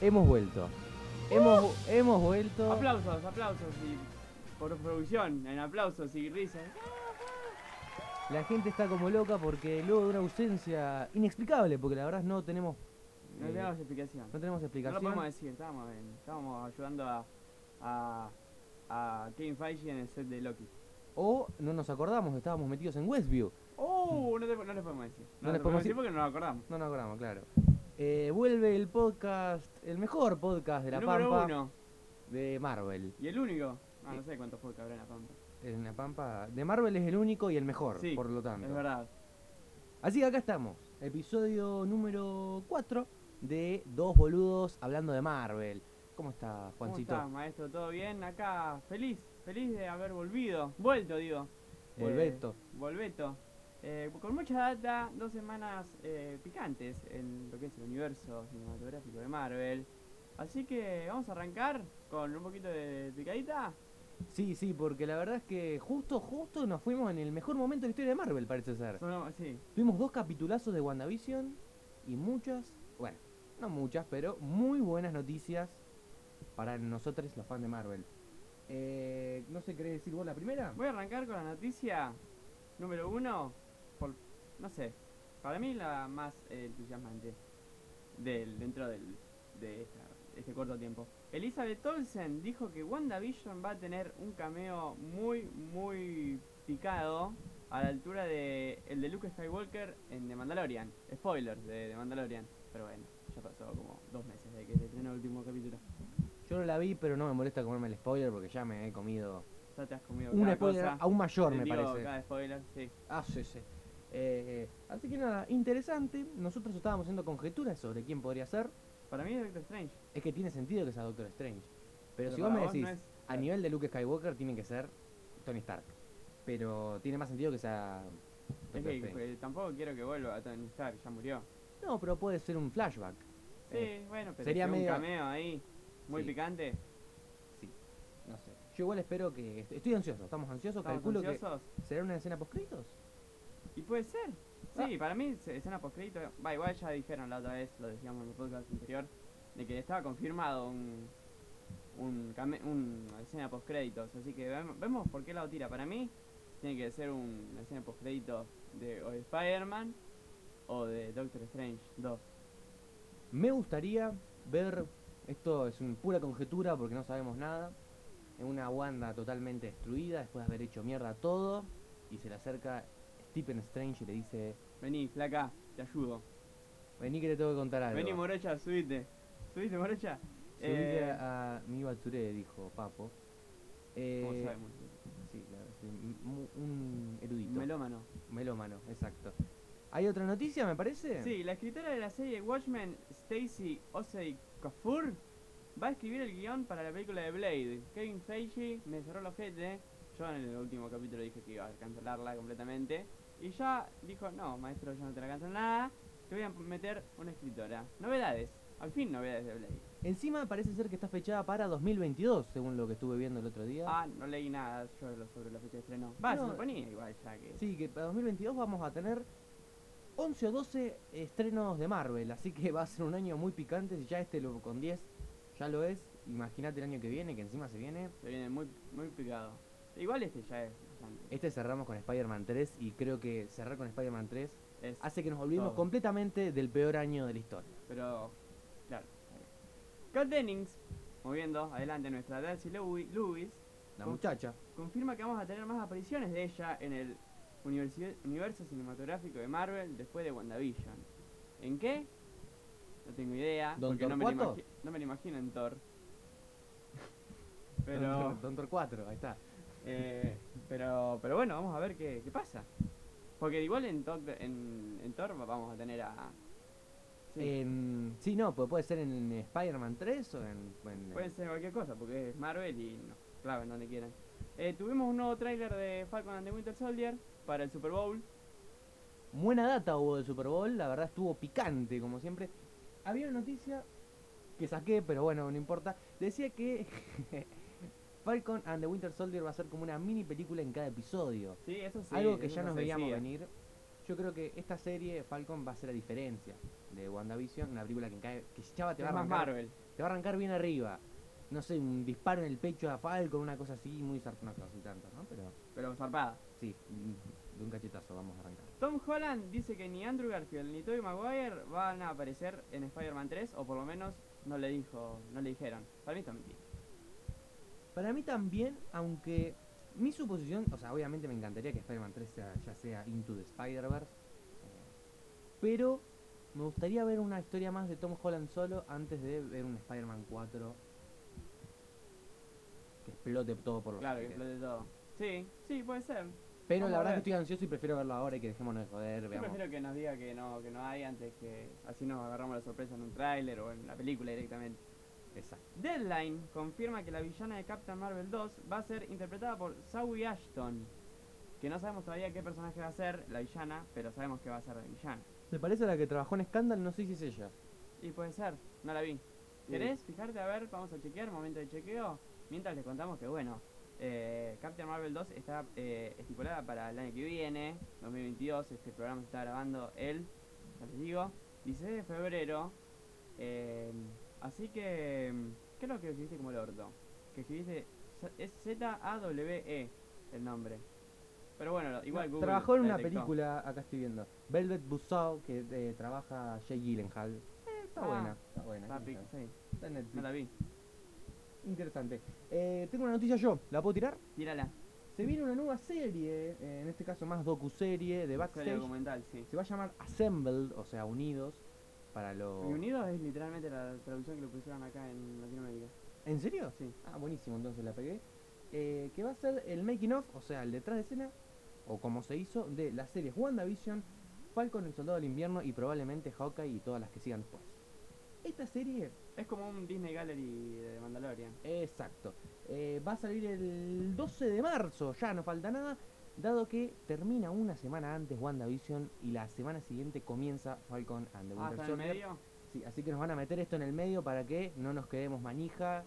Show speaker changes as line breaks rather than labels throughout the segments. Hemos vuelto.
Uh.
Hemos, hemos vuelto.
Aplausos, aplausos y por producción, en aplausos y risas.
La gente está como loca porque luego de una ausencia inexplicable, porque la verdad no tenemos,
No
Eh,
tenemos explicación.
no tenemos
No lo
explicación.
podemos decir, estábamos, en- estábamos ayudando a, a, a Kevin Feige en el set de Loki.
Mm. o no nos acordamos, estábamos metidos en Westview.
¡Oh! No, te, no les podemos decir.
No les
No,
podemos
les
decir.
podemos decir porque no nos acordamos.
No nos acordamos, claro. Eh, vuelve el podcast, el mejor podcast de La
Número
Pampa
uno.
de Marvel.
Y el único. Ah, no sé cuántos podcasts habrá en la pampa.
En La Pampa de Marvel es el único y el mejor,
Sí,
por lo tanto.
Es verdad.
Así que acá estamos, episodio número 4 de Dos Boludos hablando de Marvel. ¿Cómo estás, Juancito?
¿Cómo estás, maestro? ¿Todo bien? Acá, feliz, feliz de haber volvido. Vuelto, digo. Eh,
Volveto.
volveto. Eh, con mucha data, dos semanas eh, picantes en lo que es el universo cinematográfico de Marvel. Así que vamos a arrancar con un poquito de picadita.
Sí, sí, porque la verdad es que justo, justo nos fuimos en el mejor momento de la historia de Marvel, parece ser.
Sonó- sí,
Tuvimos dos capitulazos de WandaVision y muchas, bueno, no muchas, pero muy buenas noticias para nosotros los fans de Marvel. Eh, no sé, ¿querés decir vos la primera?
Voy a arrancar con la noticia número uno, por, no sé, para mí la más eh, entusiasmante del, dentro del, de esta- este corto tiempo. Elizabeth Olsen dijo que WandaVision va a tener un cameo muy, muy picado a la altura de el de Luke Skywalker en The Mandalorian. Spoiler de The Mandalorian, pero bueno, ya pasó como dos meses de que se estrenó el último capítulo.
Yo no la vi, pero no me molesta comerme el spoiler porque ya me he comido
Ya te has comido
un
cada
spoiler
cosa.
aún mayor,
Te
me
digo
parece.
cada spoiler, sí.
Ah, sí, sí. Eh, así que nada, interesante. Nosotros estábamos haciendo conjeturas sobre quién podría ser.
Para mí es Doctor Strange.
Es que tiene sentido que sea Doctor Strange. Pero,
Pero
si vos
para
me
vos
decís,
no es-
a nivel de Luke Skywalker, tiene que ser Tony Stark. Pero tiene más sentido que sea
Es
Doctor
que
Strange.
eh, tampoco quiero que vuelva a Tony Stark, ya murió.
No, pero puede ser un flashback.
Sí,
Eh,
bueno, pero
sería
sería
medio-
un cameo ahí, muy
Sí.
picante.
No sé. Yo igual espero que. est- Estoy ansioso, estamos ansiosos.
Estamos
Calculo
ansiosos.
que. ¿Será una escena post créditos?
Y puede ser. Sí, para mí, se- escena postcrédito. Va, igual ya dijeron la otra vez, lo decíamos en el podcast anterior, de que estaba confirmado un. un came- una escena postcréditos. Así que vem- vemos por qué lado tira. Para mí, tiene que ser un- una escena postcréditos de, o de Spider-Man o de Doctor Strange 2.
Me gustaría ver, esto es una pura conjetura porque no sabemos nada, en una Wanda totalmente destruida después de haber hecho mierda todo y se le acerca Stephen Strange y le dice,
Vení, flaca, te ayudo.
vení que te tengo que contar algo.
Vení Morocha, subite. Subite Morocha.
Subite
Eh,
a mi baturé, dijo Papo.
¿Cómo
Eh,
sabemos?
sí, claro, sí, un, un erudito.
Melómano.
Melómano, exacto. ¿Hay otra noticia, me parece?
Sí, la escritora de la serie Watchmen, Stacy Osei Kafur, va a escribir el guión para la película de Blade. Kevin Feige me cerró el ojete. Yo en el último capítulo dije que iba a cancelarla completamente. Y ya dijo, no, maestro, yo no te la canto nada. Te voy a meter una escritora. Novedades. Al fin novedades de Blade.
Encima parece ser que está fechada para 2022, según lo que estuve viendo el otro día.
Ah, no leí nada yo lo- sobre la fecha de estreno. Va,
No.
se suponía igual ya que...
Sí, que para 2022 vamos a tener 11 o 12 estrenos de Marvel, así que va a ser un año muy picante. Si ya este lo, con 10 ya lo es, imagínate el año que viene, que encima se viene.
Se viene muy, muy picado. Igual este ya es bastante.
Este cerramos con Spider-Man 3 y creo que cerrar con Spider-Man 3
Es-
hace que nos olvidemos
Todo.
completamente del peor año de la historia.
pero, claro. está bien. Kat Dennings, moviendo adelante nuestra Darcy Lewi- Lewis,
La
Con-
muchacha.
confirma que vamos a tener más apariciones de ella en el universi- universo cinematográfico de Marvel después de WandaVision. ¿En qué? No tengo idea.
¿Don
porque no me, lo
Torcuato?
imagi- no me lo imagino en Thor.
Don
Pero,
Tor- Don Tor 4, ahí está.
eh, pero, pero bueno, vamos a ver qué, qué pasa. Porque igual en Thor, en, en Thor vamos a tener a... eh, sí.
En- sí, no, pu- puede ser en Spider-Man 3 o en... en-
Pueden ser cualquier cosa, porque es Marvel y no, claven donde quieran. Eh, tuvimos un nuevo tráiler de Falcon and the Winter Soldier para el Super Bowl.
Buena data hubo del Super Bowl, la verdad estuvo picante, como siempre. Había una noticia que saqué, pero bueno, no importa. Decía que Falcon and the Winter Soldier va a ser como una mini película en cada episodio.
Sí, eso sí.
Algo que
eso
ya
no
nos
se
veíamos
decía.
venir. Yo creo que esta serie Falcon va a ser la diferencia de WandaVision, una película que, cae, que ya va- te va, a
es más
arrancar,
Marvel.
te va a arrancar bien arriba. No sé, un disparo en el pecho a Falcon, una cosa así, muy zarpada, no casi tanto, ¿no? Pero
Pero zarpada.
sí, mm, de un cachetazo vamos a arrancar.
Tom Holland dice que ni Andrew Garfield ni Tobey Maguire van a aparecer en Spider-Man 3, o por lo menos no le dijo, no le dijeron. Para mí está mentira.
Para mí también, aunque mi suposición, o sea, obviamente me encantaría que Spider-Man 3 sea- ya sea Into the Spider-Verse, eh, pero me gustaría ver una historia más de Tom Holland solo antes de ver un Spider-Man 4 que explote todo por los
Claro, que
aires.
explote todo. Sí, sí, puede ser.
Pero la
Vamos a
verdad que
ver.
estoy ansioso y prefiero verlo ahora y que dejémonos de joder,
Yo
veamos.
prefiero que nos diga que no, que no hay antes que así nos agarramos la sorpresa en un tráiler o en la película directamente.
Exacto.
Deadline confirma que la villana de Captain Marvel 2 va a ser interpretada por Zoe Ashton, que no sabemos todavía qué personaje va a ser la villana, pero sabemos que va a ser la villana.
¿Te parece a la que trabajó en Scandal? No sé si es ella.
Y puede ser, no la vi. ¿Querés fijarte? A ver, vamos a chequear, momento de chequeo. Mientras les contamos que, bueno, eh, Captain Marvel 2 está eh, estipulada para el año que viene, 2022. Este programa se está grabando el, ya les digo, 16 de febrero. Eh, así que, mm, ¿qué es lo que escribiste como el orto? Que escribiste, Z- es Z-A-W-E el nombre. Pero bueno, lo- igual Google
trabajó en
la
una
detectó.
película, acá estoy viendo, Velvet Buzzsaw, que eh, trabaja Jay Gyllenhaal. Eh, está
Ah.
buena, está buena.
Está
qué sé
pic-
yo.
sí,
Está en
no
Netflix.
la vi.
Interesante. Eh, tengo una noticia yo, ¿la puedo tirar?
Tírala.
Se viene una nueva serie, eh, en este caso más docuserie de
Serie
Backstage.
documental, sí.
Se va a llamar Assembled, o sea, Unidos, para los...
Y Unidos es literalmente la traducción que lo pusieron acá en Latinoamérica.
¿En serio?
Sí.
Ah, buenísimo, entonces la pegué. Eh, que va a ser el making of, o sea, el detrás de escena, o como se hizo, de las series WandaVision, Falcon, El Soldado del Invierno y probablemente Hawkeye y todas las que sigan después. Esta serie
Es como un Disney Gallery de Mandalorian. Ah,
Exacto. Eh, va a salir el 12 de marzo, ya no falta nada, dado que termina una semana antes WandaVision y la semana siguiente comienza Falcon and the
Ah,
Winter
está en el
Soldier.
medio.
Sí, así que nos van a meter esto en el medio para que no nos quedemos manija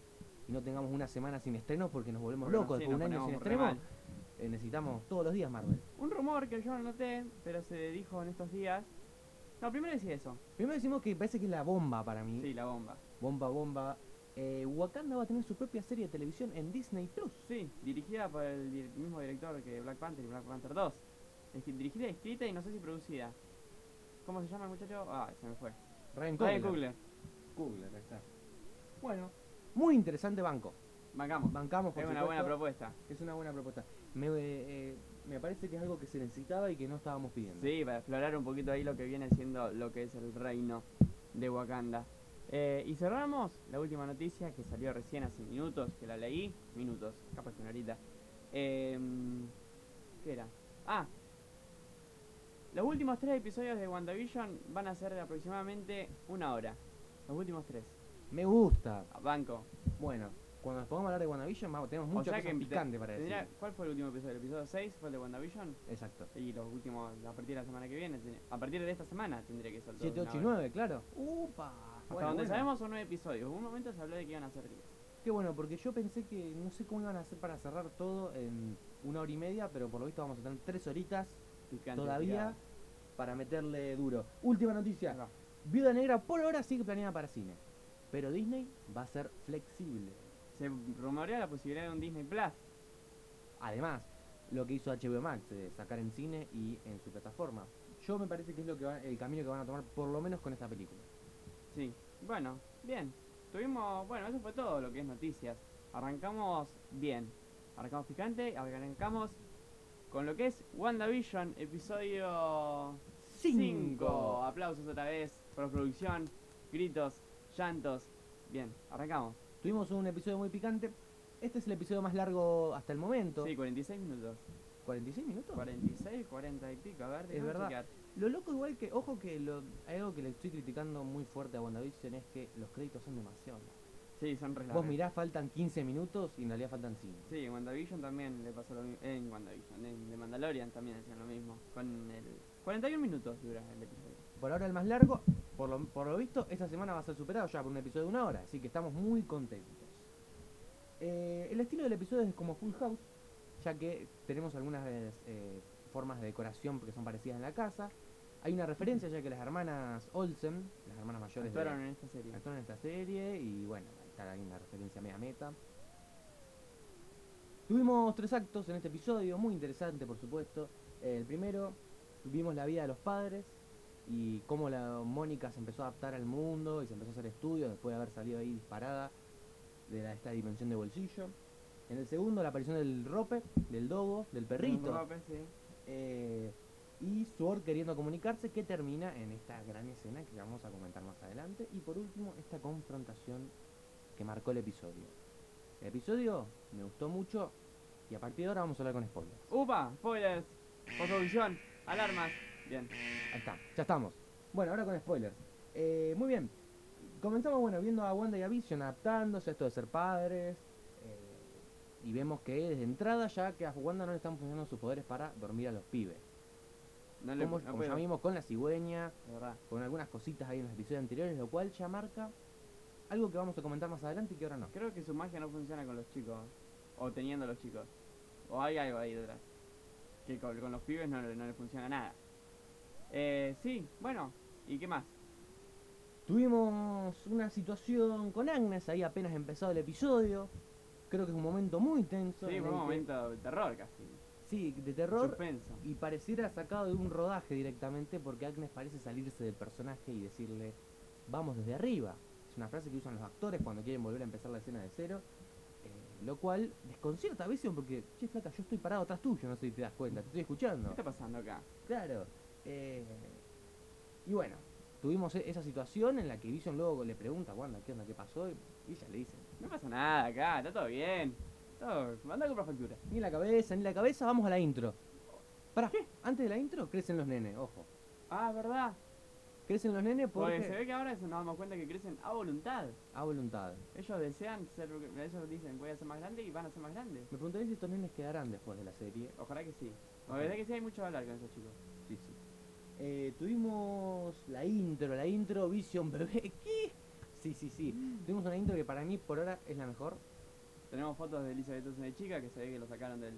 y no tengamos una semana sin estrenos porque nos volvemos
Porque no-
locos.
sí,
Después de
nos
un año sin
ponemos re mal.
estrenos eh, necesitamos todos los días Marvel.
Un rumor que yo no noté, pero se dijo en estos días. No, primero decía eso.
Primero decimos que parece que es la bomba para mí.
Sí, la bomba.
Bomba, bomba. Eh, Wakanda va a tener su propia serie de televisión en Disney Plus.
Sí, dirigida por el dir- mismo director que Black Panther y Black Panther 2. Es que dirigida, escrita y no sé si producida. ¿Cómo se llama el muchacho? Ah, se me fue.
Ryan
Ryan
Coogler.
Coogler.
Google, ahí está. Bueno, muy interesante banco.
Bancamos.
Bancamos, por
es una buena
supuesto.
propuesta.
Es una buena propuesta. Me, eh, me parece que es algo que se necesitaba y que no estábamos pidiendo.
Sí, para explorar un poquito ahí lo que viene siendo lo que es el reino de Wakanda. Eh, y cerramos la última noticia que salió recién hace minutos, que la leí, minutos, capaz que una horita. Em, ¿Qué era? Ah, los últimos tres episodios de WandaVision van a ser de aproximadamente una hora. Los últimos tres.
Me gusta.
A Banco.
Bueno, cuando nos podamos hablar de WandaVision, vamos, tenemos mucha cosa
empieza-
picante para decir.
tendría- ¿Cuál fue el último episodio? ¿El episodio 6 fue el de WandaVision?
Exacto.
Y los últimos, a partir de la semana que viene, ten- a partir de esta semana tendría que soltar.
7,
una
8 y
hora.
9, claro. ¡Upa!
Hasta
Bueno,
donde
bueno.
sabemos son nueve episodios. En un momento se habló de que iban a ser diez.
Qué bueno, porque yo pensé que no sé cómo iban a hacer para cerrar todo en una hora y media, pero por lo visto vamos a tener tres horitas
Picante,
todavía para meterle duro. Última noticia.
picado.
Viuda Negra por ahora sigue planeada para cine, pero Disney va a ser flexible.
Se rumorea la posibilidad de un Disney Plus.
Además, lo que hizo HBO Max, de sacar en cine y en su plataforma. Yo me parece que es lo que va- el camino que van a tomar, por lo menos con esta película.
Sí. Bueno, bien. Tuvimos. Bueno, eso fue todo lo que es noticias. Arrancamos bien. Arrancamos picante, arrancamos con lo que es WandaVision, episodio 5. Aplausos otra vez, producción, gritos, llantos. Bien, arrancamos.
Tuvimos un episodio muy picante. Este es el episodio más largo hasta el momento.
Sí, 46 minutos.
¿46 minutos?
46, 40 y pico, a ver, déjame
verdad.
chequear.
Lo loco igual que, ojo que lo, hay algo que le estoy criticando muy fuerte a WandaVision es que los créditos son demasiado. largos.
Sí, son re
Vos
largas.
mirás, faltan 15 minutos y en realidad faltan 5.
Sí, en WandaVision también le pasó lo mismo. En WandaVision, en The Mandalorian también hacían lo mismo. Con el 41 minutos dura el episodio.
Por ahora el más largo, por lo, por lo visto, esta semana va a ser superado ya por un episodio de una hora, así que estamos muy contentos. Eh, el estilo del episodio es como Full House, ya que tenemos algunas eh, formas de decoración porque son parecidas en la casa. Hay una referencia ya que las hermanas Olsen, las hermanas mayores de,
Actuaron en esta serie.
actuaron en esta serie y bueno, ahí está ahí una referencia media meta. Tuvimos tres actos en este episodio, muy interesante por supuesto. El primero, vimos la vida de los padres y cómo la Mónica se empezó a adaptar al mundo y se empezó a hacer estudios después de haber salido ahí disparada de la- esta dimensión de bolsillo. En el segundo, la aparición del rope, del dogo, del perrito
Un rope, sí.
eh, y Sword queriendo comunicarse que termina en esta gran escena que vamos a comentar más adelante y por último esta confrontación que marcó el episodio. El episodio me gustó mucho y a partir de ahora vamos a hablar con spoilers.
Upa, spoilers, cosmovisión, alarmas. Bien.
Ahí está, ya estamos. Bueno, ahora con spoilers. Eh, muy bien. Comenzamos, bueno, viendo a Wanda y a Vision adaptándose a esto de ser padres. eh, y vemos que desde entrada ya que a Wanda no le están funcionando sus poderes para dormir a los pibes.
No le
Como,
no
como
puedo,
ya
de
vimos con la cigüeña,
verdad.
con algunas cositas ahí en los episodios anteriores, lo cual ya marca algo que vamos a comentar más adelante y que ahora no.
Creo que su magia no funciona con los chicos. O teniendo los chicos. O hay algo ahí detrás. Que con, con los pibes no, le- no le funciona nada. Eh, sí, bueno. ¿Y qué más?
Tuvimos una situación con Agnes ahí apenas empezado el episodio. Creo que es un momento muy tenso.
Sí,
en
fue un
el que-
momento de terror casi.
Sí, de terror.
Suspenso.
Y pareciera sacado de un rodaje directamente porque Agnes parece salirse del personaje y decirle, vamos desde arriba. Es una frase que usan los actores cuando quieren volver a empezar la escena de cero. eh, lo cual desconcierta a Vision porque, che, flaca, yo estoy parado atrás tuyo, no sé si te das cuenta, te estoy
¿Qué
escuchando.
está pasando acá?
Claro. eh, y bueno, tuvimos e- esa situación en la que Vision luego le pregunta a Wanda qué onda, qué pasó, y, y ella le dice,
No pasa nada acá, está todo bien. Todo, manda a comprar factura.
ni la cabeza, ni la cabeza, vamos a la intro. Pará, antes de la intro crecen los nenes, ojo.
Ah, ¿verdad?
Crecen los nenes
Porque
porque
se ve que ahora se nos damos cuenta que crecen a voluntad.
a voluntad.
Ellos desean ser, ellos dicen voy a ser más grande y van a ser más grandes.
Me preguntaré si estos nenes quedarán después de la serie.
Ojalá que sí. La
Ojalá.
verdad que sí hay mucho que hablar con esos chicos.
Sí, sí. Eh, tuvimos la intro, la intro Vision Bebé. ¿Qué? Sí, sí, sí. Tuvimos una intro que para mí por ahora es la mejor.
Tenemos fotos de Elizabeth Olsen de chica que se ve que lo sacaron del,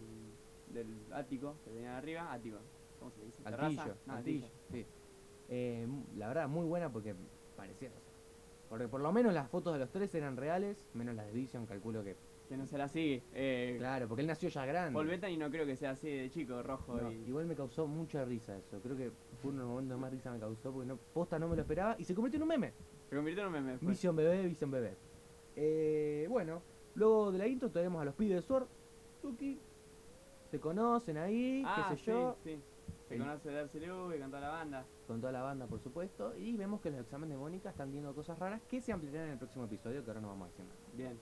del ático que tenían arriba. Ático. ¿Cómo se dice?
Altillo,
Terraza. No,
altillo,
altillo.
sí. Eh, mu- la verdad, muy buena porque parecía. o sea, porque por lo menos las fotos de los tres eran reales, menos las de Vision, calculo que.
Que no será así. Eh,
Claro, porque él nació ya grande.
Paul Bettany no creo que sea así de chico, rojo
No,
y...
Igual me causó mucha risa eso. Creo que fue uno de los momentos más risa me causó porque no, posta no me lo esperaba y se convirtió en un meme.
Se convirtió en un meme después.
Vision bebé, Vision bebé. Eh, bueno, luego de la intro tenemos a los pibes de Sword. Tuki. Se conocen ahí,
ah,
qué sé
sí,
yo.
sí. Se
El-
conoce Darcy Lewis, cantó la banda.
con toda la banda, por supuesto, y vemos que los exámenes de Mónica están viendo cosas raras que se ampliarán en el próximo episodio, que ahora no vamos a decir nada.
Bien.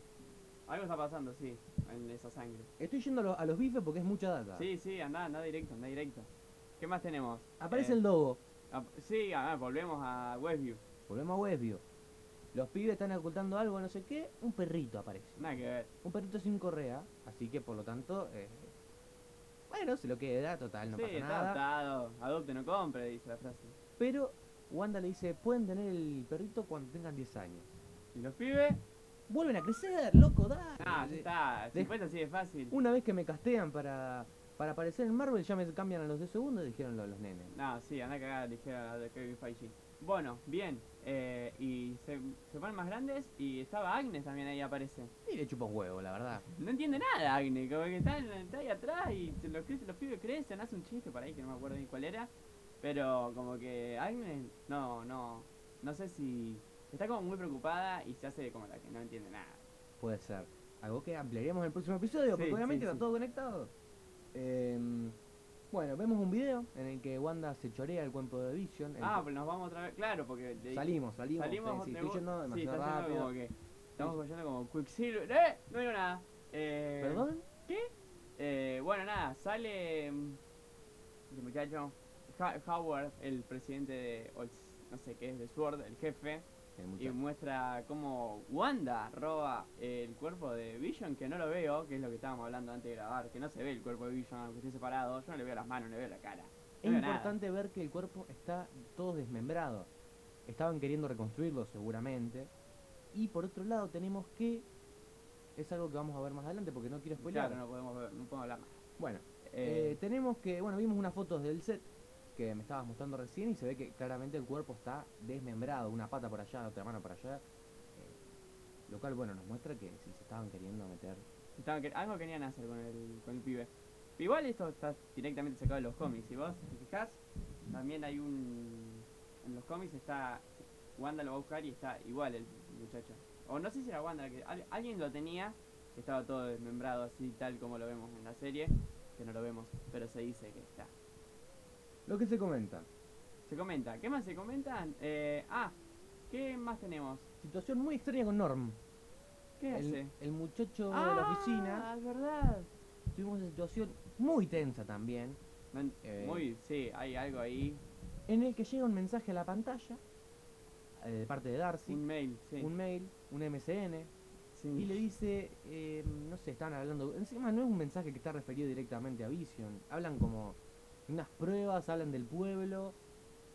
Algo está pasando, sí, en esa sangre.
Estoy yendo a, lo- a los bifes porque es mucha data.
Sí, sí, anda, anda directo, anda directo. ¿Qué más tenemos?
Aparece
Eh,
el dogo,
ap- sí, ah, volvemos a Westview.
volvemos a Westview. Los pibes están ocultando algo, no sé qué, un perrito aparece.
Nada que ver.
Un perrito sin correa, así que por lo tanto, eh, bueno, se lo queda, total, no
sí,
pasa
está
nada.
adaptado. Adopte, no compre, dice la frase.
Pero Wanda le dice, pueden tener el perrito cuando tengan 10 años.
¿Y los pibes?
Vuelven a crecer, loco, dale.
Ah, ya está.
de-
50 así de fácil.
Una vez que me castean para, para aparecer en Marvel, ya me cambian a los de segundo, dijeron lo de los nenes.
No, sí, anda a cagar, dijera de Kevin Feige. Bueno, bien. eh, y se, se ponen más grandes y estaba Agnes también ahí aparece.
Y le chupa un huevo, la verdad.
No entiende nada Agnes, como que está, en- está ahí atrás y se los, crece- los pibes crecen, hace un chiste por ahí que no me acuerdo ni cuál era. Pero como que Agnes, no, no, no sé si... Está como muy preocupada y se hace como la que no entiende nada.
Puede ser. Algo que ampliaremos en el próximo episodio, porque
Sí,
obviamente
sí,
está
sí.
todo conectado. Em, bueno, vemos un video en el que Wanda se chorea el cuerpo de Vision. el-
Ah, pues nos vamos otra vez, claro, porque... le-
salimos, salimos. sí,
Salimos
sí,
de
estoy
bu-
yendo
sí,
demasiado
está yendo
rápido.
como que estamos yendo como Quicksilver. ¡Eh! No digo nada. Eh,
¿Perdón?
Eh, bueno, nada, sale mm, el muchacho Ha- Howard, el presidente de, o el s- no sé qué es, de Sword, el jefe,
Eh,
y
muchacho.
muestra cómo Wanda roba el cuerpo de Vision, que no lo veo, que es lo que estábamos hablando antes de grabar, que no se ve el cuerpo de Vision, aunque esté separado, yo no le veo las manos, no le veo la cara.
es
no veo nada.
importante ver que el cuerpo está todo desmembrado. Estaban queriendo reconstruirlo seguramente. Y por otro lado tenemos que... Es algo que vamos a ver más adelante porque no quiero spoiler.
Claro, no podemos ver, no podemos hablar más.
Bueno,
Eh,
Eh, tenemos que, bueno, vimos unas fotos del set que me estabas mostrando recién y se ve que claramente el cuerpo está desmembrado, una pata por allá, otra mano por allá. eh, lo cual, bueno, nos muestra que si se estaban queriendo meter.
estaban que- algo querían hacer con el, con el pibe. Igual esto está directamente sacado de los cómics. Si vos te fijás, también hay un. En los cómics está. Wanda lo va a buscar y está igual el muchacho. O no sé si era Wanda, la que, al- alguien lo tenía, que estaba todo desmembrado así, tal como lo vemos en la serie. Que no lo vemos, pero se dice que está.
Lo que se comenta.
Se comenta. ¿Qué más se comentan? Eh, ah, ¿qué más tenemos?
Situación muy extraña con Norm.
¿Qué hace?
El, el muchacho
ah,
de la oficina.
es verdad.
Tuvimos una situación muy tensa también.
No en-
Eh.
Muy, sí, hay algo ahí.
En el que llega un mensaje a la pantalla. eh, de parte de Darcy.
Un mail, sí.
un mail, un MSN,
sí.
y le dice, eh, no sé, estaban hablando, encima no es un mensaje que está referido directamente a Vision, hablan como de unas pruebas, hablan del pueblo,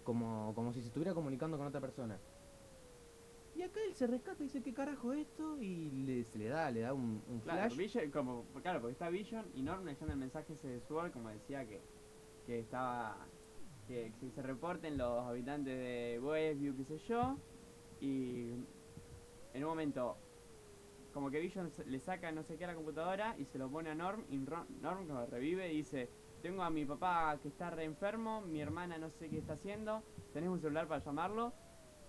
como, como si se estuviera comunicando con otra persona. Y acá él se rescata y dice, ¿qué carajo es esto? Y le, se le da, le da un, un
Claro,
flash.
Vision, como, claro, porque está Vision y Norm leyendo el mensaje ese de Sword, como decía que, que estaba. que si se reporten los habitantes de Westview, qué sé yo. Y en un momento, como que Vision se- le saca no sé qué a la computadora y se lo pone a Norm. Y Ro- Norm como revive y dice: Tengo a mi papá que está re enfermo, mi hermana no sé qué está haciendo, tenés un celular para llamarlo.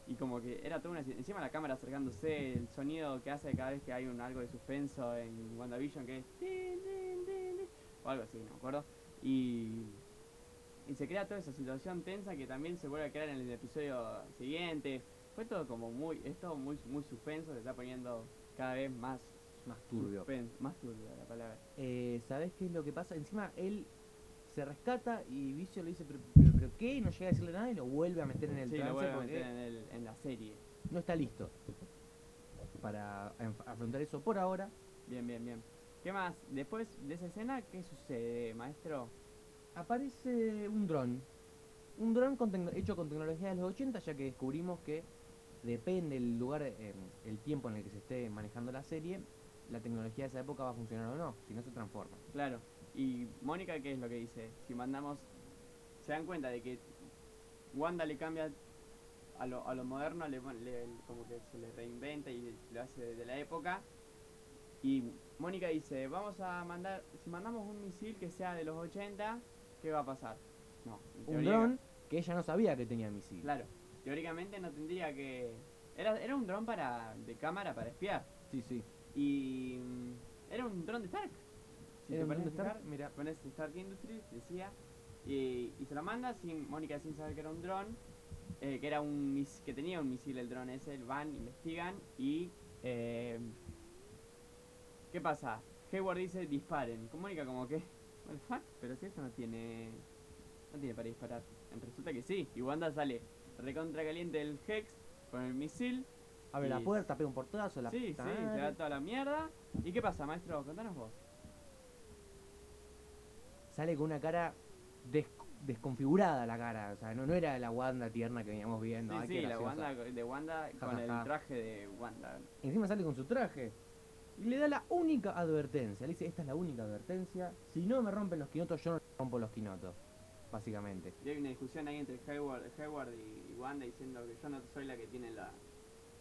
Y como que era toda una... Encima la cámara acercándose, el sonido que hace cada vez que hay un algo de suspenso en WandaVision que es... tin, tin, tin, tin, O algo así, no me acuerdo. Y... Y se crea toda esa situación tensa que también se vuelve a crear en el episodio siguiente. Fue todo como muy... Es todo muy, muy suspenso, se está poniendo cada vez más...
Más turbio.
suspen- más turbio la palabra.
Eh, ¿Sabés qué es lo que pasa? Encima él se rescata y Vision le dice, ¿pero, pero, pero qué? Y no llega a decirle nada y lo vuelve a meter en el
sí,
trance
lo vuelve a
porque-
meter en, el- en la serie.
no está listo para enf- afrontar eso por ahora.
Bien, bien, bien. ¿Qué más? Después de esa escena, ¿qué sucede, maestro?
Aparece un dron. Un dron con tecno- hecho con tecnología de los 80, ya que descubrimos que depende el lugar, eh, el tiempo en el que se esté manejando la serie, la tecnología de esa época va a funcionar o no, si no se transforma.
Claro. Y Mónica, ¿qué es lo que dice? Si mandamos... Se dan cuenta de que Wanda le cambia a lo, a lo moderno, le, pon- le- como que se le reinventa y lo hace de la época. Y Mónica dice, vamos a mandar... Si mandamos un misil que sea de los 80, ¿qué va a pasar? No. en
Un
teoría-
dron que ella no sabía que tenía misil.
Claro. Teóricamente no tendría que... Era, era un dron para de cámara para espiar.
Sí, sí.
Y... mm, Era un dron de Stark. Si te
Era un dron
pones a
de Stark,
fijar,
mira,
pones este Stark Industries, decía, y, y se lo manda sin Mónica sin saber que era un dron, eh, que era un mis- que tenía un misil el dron ese, el van, investigan y eh, ¿qué pasa? Hayward dice disparen, con Mónica como que, "What the fuck? pero si esto no tiene no tiene para disparar. Em, Resulta que sí, y Wanda sale recontra caliente del Hex con el misil,
abre la
Sí.
puerta, pega un portazo, la
sí, sí,
puta
se
madre.
da toda la mierda. ¿Y qué pasa, maestro? Contanos vos.
sale con una cara des- desconfigurada la cara, o sea, no, no era la Wanda tierna que veníamos viendo.
Sí,
ay, qué
sí, la
graciosa.
Wanda de Wanda
Ja,
con
ja,
el
ja.
traje de Wanda.
Encima sale con su traje. Y le da la única advertencia. Le dice, esta es la única advertencia. Si no me rompen los quinotos, yo no rompo los quinotos. Básicamente.
Y hay una discusión ahí entre Hayward, Hayward y, y Wanda diciendo que yo no soy la que tiene la-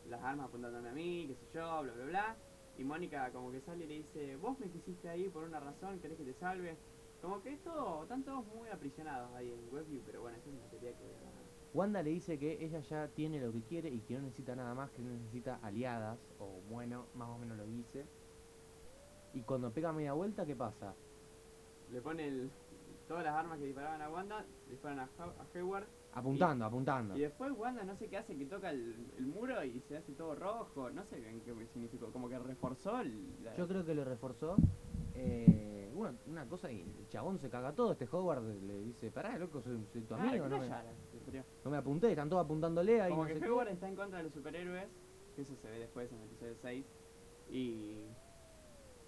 las armas apuntándome a mí, qué sé yo, bla, bla, bla. Y Mónica como que sale y le dice, vos me quisiste ahí por una razón, querés que te salve. Como que esto, están todos muy aprisionados ahí en Westview, pero bueno, esa es una teoría que voy a ganar.
Wanda le dice que ella ya tiene lo que quiere y que no necesita nada más, que no necesita aliadas. O bueno, más o menos lo dice. Y cuando pega media vuelta, ¿qué pasa?
Le pone el- todas las armas que disparaban a Wanda, disparan a, Ha- a Hayward.
Apuntando, apuntando.
Y después Wanda no sé qué hace, que toca el, el muro y se hace todo rojo, no sé bien qué significó, como que reforzó el- la,
Yo creo que lo reforzó. Eh, bueno, una cosa y el chabón se caga todo. Este Howard le dice, pará, loco, soy, soy tu
Claro,
amigo,
Ah, que
no
no
me,
haya la- se peleó.
no me apunté, están todos apuntándole ahí.
Como
no
que
sé qué".
Hayward está en contra de los superhéroes, que eso se ve después en el episodio 6. Y.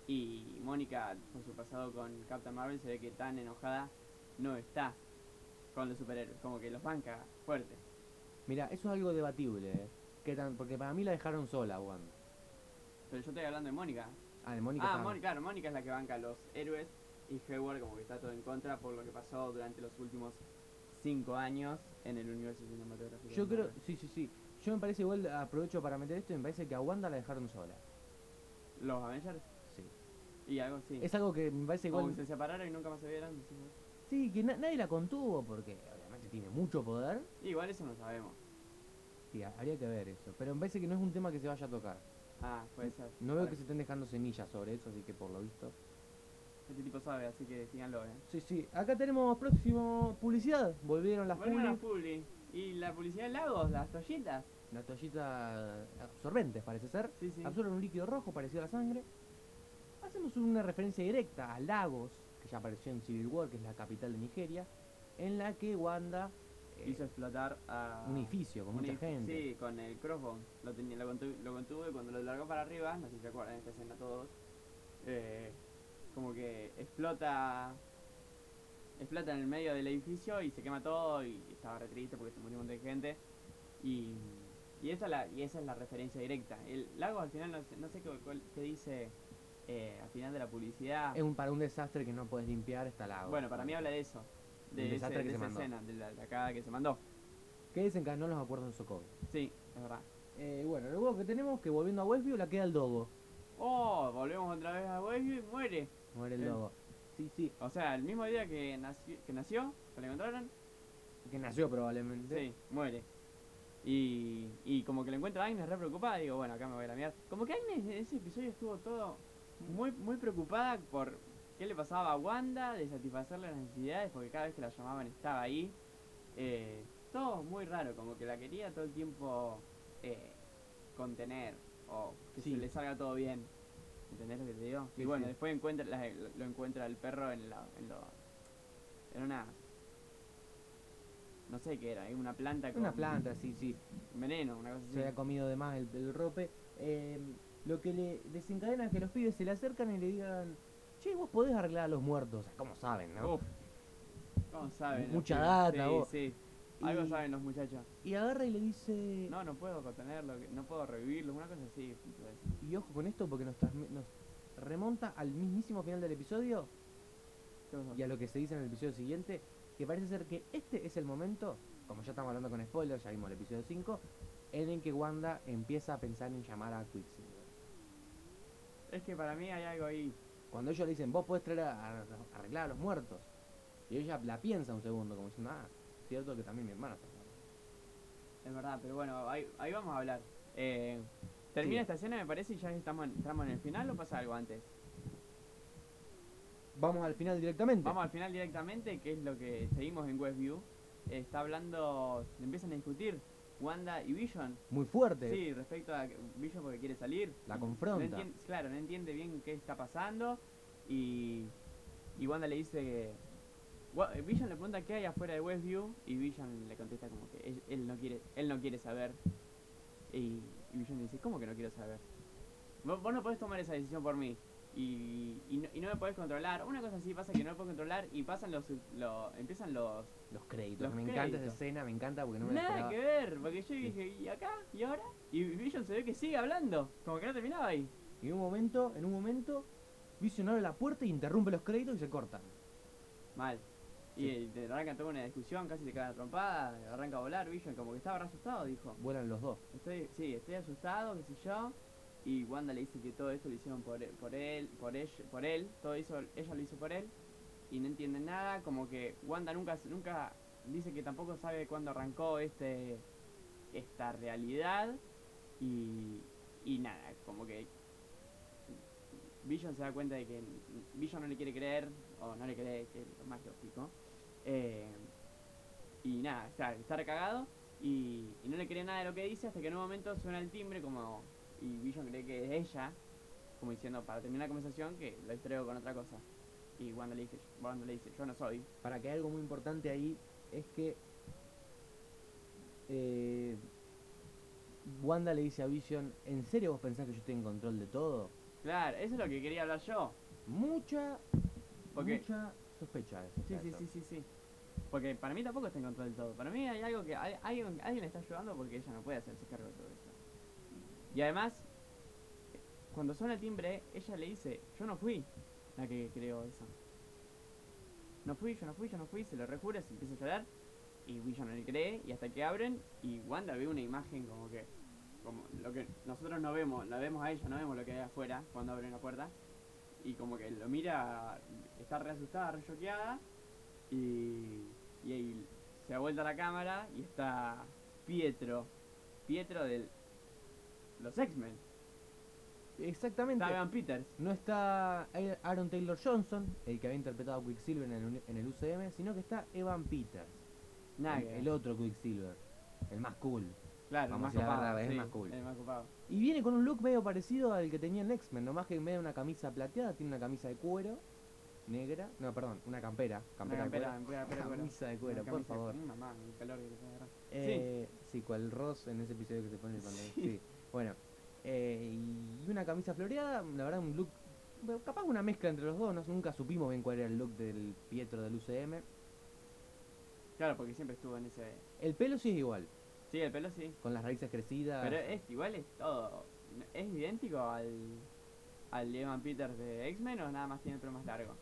Y Mónica, con su pasado con Captain Marvel, se ve que tan enojada no está con los superhéroes, como que los banca fuerte.
Mira, eso es algo debatible, ¿eh? ¿Qué tan- Porque para mí la dejaron sola, Juan.
Pero yo estoy hablando de Mónica.
Ah, de Mónica.
Ah,
estaba-
Mónica, claro, Mónica es la que banca a los héroes y Hayward como que está todo en contra por lo que pasó durante los últimos cinco años en el universo cinematográfico.
Yo
de
creo,
Marvel.
sí, sí, sí. Yo me parece igual, aprovecho para meter esto, y me parece que a Wanda la dejaron sola.
Los Avengers
Sí.
y algo así.
Es algo que me parece
Como
igual.
que se separaron y nunca más se vieron. sí.
Sí, que na- nadie la contuvo porque obviamente tiene mucho poder
Igual eso no sabemos.
y ha- habría que ver eso. Pero me parece que no es un tema que se vaya a tocar.
Ah, puede ser.
No veo
Ahora,
que se estén dejando semillas sobre eso, así que por lo visto.
Este tipo sabe, así que síganlo, eh.
Sí, sí. Acá tenemos próximo publicidad. Volvieron las
Volvieron las
publi.
publi. Y la publicidad de Lagos, las toallitas.
Las toallitas absorbentes, parece ser.
Sí, sí.
Absorben un líquido rojo parecido a la sangre. Hacemos una referencia directa a Lagos, que ya apareció en Civil War, que es la capital de Nigeria, en la que Wanda eh,
Hizo explotar a.
un edificio con
un
mucha
edifi-
gente.
Sí, con el crossbow. Lo, tenía, lo, contu- lo contuvo y cuando lo largó para arriba, no sé si se acuerdan de esta escena todos. eh, como que explota. Explota en el medio del edificio y se quema todo y estaba re triste porque se murió un montón de gente. Y. Y esa, es la, y esa es la referencia directa. El lago al final, no sé, no sé qué, cuál- qué dice eh, al final de la publicidad.
Es un, para un desastre que no puedes limpiar está Lagos.
Bueno, para mí habla de eso.
Del
De, ese-
desastre que
de
se
esa
mandó.
escena, de la, la cagada que se mandó.
Que desencadenó los acuerdos de Sokovia.
Sí, es verdad.
Eh, bueno, luego que tenemos que volviendo a Westview la queda el dogo.
Oh, volvemos otra vez a Westview y muere.
Muere el
Eh.
dogo. Sí, sí.
O sea, el mismo día que nació, que, nació, que lo encontraron,
Que nació
sí,
probablemente.
muere. Y, y como que lo encuentra Agnes re preocupada, digo, bueno, acá me voy a la mierda. Como que Agnes en ese episodio estuvo todo muy, muy preocupada por qué le pasaba a Wanda, de satisfacer las necesidades, porque cada vez que la llamaban estaba ahí. Eh, todo muy raro, como que la quería todo el tiempo eh, contener o que
Sí.
se le salga todo bien. ¿Entendés lo que te digo?
Sí,
y bueno,
sí.
después encuentra, la- lo encuentra el perro en, la, en, lo- en una... No sé qué era, en una planta con
Una planta, sí, sí.
veneno, una cosa así.
se había comido de más el, el rope. eh, lo que le desencadena es que los pibes se le acercan y le digan, che, vos podés arreglar a los muertos, como saben, ¿no?
Uf. ¿Cómo saben? los
Mucha
pibes?
data,
Sí,
vos.
sí.
Y-
Algo saben los muchachos.
Y agarra y le dice,
No, no puedo contenerlo, que- no puedo revivirlo, una cosa así. puto eso.
y ojo con esto porque nos, transmi- nos remonta al mismísimo final del episodio
¿Qué pasó?
y a lo que se dice en el episodio siguiente, que parece ser que este es el momento, como ya estamos hablando con spoilers, ya vimos el episodio 5, en el que Wanda empieza a pensar en llamar a Quicksilver.
Es que para mí hay algo ahí.
Cuando ellos le dicen, vos podés traer a, a- arreglar a los muertos. Y ella la piensa un segundo, como diciendo, ah, cierto que también mi hermana está muerta".
Es verdad, pero bueno, ahí, ahí vamos a hablar. Eh, termina
Sí.
esta escena, me parece, y ya estamos en, entramos en el final o pasa algo antes.
Vamos al final directamente.
Vamos al final directamente, que es lo que seguimos en Westview. Está hablando, empiezan a discutir Wanda y Vision.
Muy fuerte.
Sí, respecto a que- Vision porque quiere salir.
La
Y
confronta.
no entien- claro, no entiende bien qué está pasando. Y, y Wanda le dice que... Wa- eh, Vision le pregunta qué hay afuera de Westview y Vision le contesta como que él, él no quiere él no quiere saber. Y, y Vision le dice, ¿cómo que no quiero saber? Vos, vos no podés tomar esa decisión por mí. Y, y, no, y no me podés controlar. Una cosa así pasa que no me puedo controlar y pasan los... lo- empiezan los...
Los créditos.
Los
me encanta esa
créditos.
escena, me encanta porque no me la
Nada
esperaba.
que ver, porque yo dije, ¿y acá? ¿Y ahora? Y Vision se ve que sigue hablando, como que no terminaba ahí.
Y en un momento, en un momento, Vision abre la puerta y interrumpe los créditos y se cortan.
Mal. Y eh, te arranca toda una discusión, casi te cae la trompada, arranca a volar Vision, como que estaba re asustado, dijo.
Vuelan los dos.
Estoy, sí, estoy asustado, qué sé yo. Y Wanda le dice que todo esto lo hicieron por, e- por él, por él, por él, todo hizo, ella lo hizo por él. Y no entiende nada, como que Wanda nunca, nunca dice que tampoco sabe cuándo arrancó este esta realidad. Y, y nada, como que Vision se da cuenta de que Vision no le quiere creer, o no le cree, que es lo más lógico. Eh, y nada, está, está recagado y, y no le cree nada de lo que dice hasta que en un momento suena el timbre como y Vision cree que es ella, como diciendo para terminar la conversación que lo distraigo con otra cosa. Y Wanda le dice, Wanda le dice, yo no soy.
Para que algo muy importante ahí es que eh, Wanda le dice a Vision, ¿en serio vos pensás que yo estoy en control de todo?
Claro, eso es lo que quería hablar yo.
Mucha,
Ok.
mucha sospecha. de ese
Sí, sí,
caso.
sí, sí, sí. Porque para mí tampoco está en control de todo. Para mí hay algo que hay- alguien, alguien le está ayudando porque ella no puede hacerse cargo de todo eso. Y además, cuando suena el timbre, ella le dice, yo no fui la que creó eso. no fui, yo no fui, yo no fui, se lo rejura, se empieza a llorar y William no le cree y hasta que abren y Wanda ve una imagen como que como lo que nosotros no vemos, la vemos a ella, no vemos lo que hay afuera cuando abren la puerta y como que lo mira, está re asustada, re choqueada y, y ahí se da vuelta la cámara y está Pietro, Pietro de los X-Men,
Exactamente.
está Evan Peters,
No está Aaron- Aaron Taylor Johnson, el que había interpretado a Quicksilver en el, uni- en el UCM, sino que está Evan Peters, el,
Nagel,
el otro Quicksilver, el más cool.
claro, el
vamos a
más
decir la
copado,
verdad, es
sí,
más cool.
el más copado.
Y viene con un look medio parecido al que tenía en X-Men, nomás que en vez de una camisa plateada tiene una camisa de cuero negra, no, perdón, una campera,
Una
campera, de cuero.
campera, campera, campera.
Camisa de cuero,
Una
por
camisa de-
favor.
Mm, mamá, el calor que te hace agarrar.
Eh, sí. cual Ross en ese episodio que se pone el pantalón. Sí. Bueno, eh, y una camisa floreada, la verdad un look, bueno, capaz una mezcla entre los dos, no- nunca supimos bien cuál era el look del Pietro del UCM.
Claro, porque siempre estuvo en ese.
El pelo sí es igual,
Sí, el pelo sí.
con las raíces crecidas.
Pero eh, es igual, es todo. ¿Es idéntico al. al Evan Peters de X-Men o nada más tiene el pelo más largo?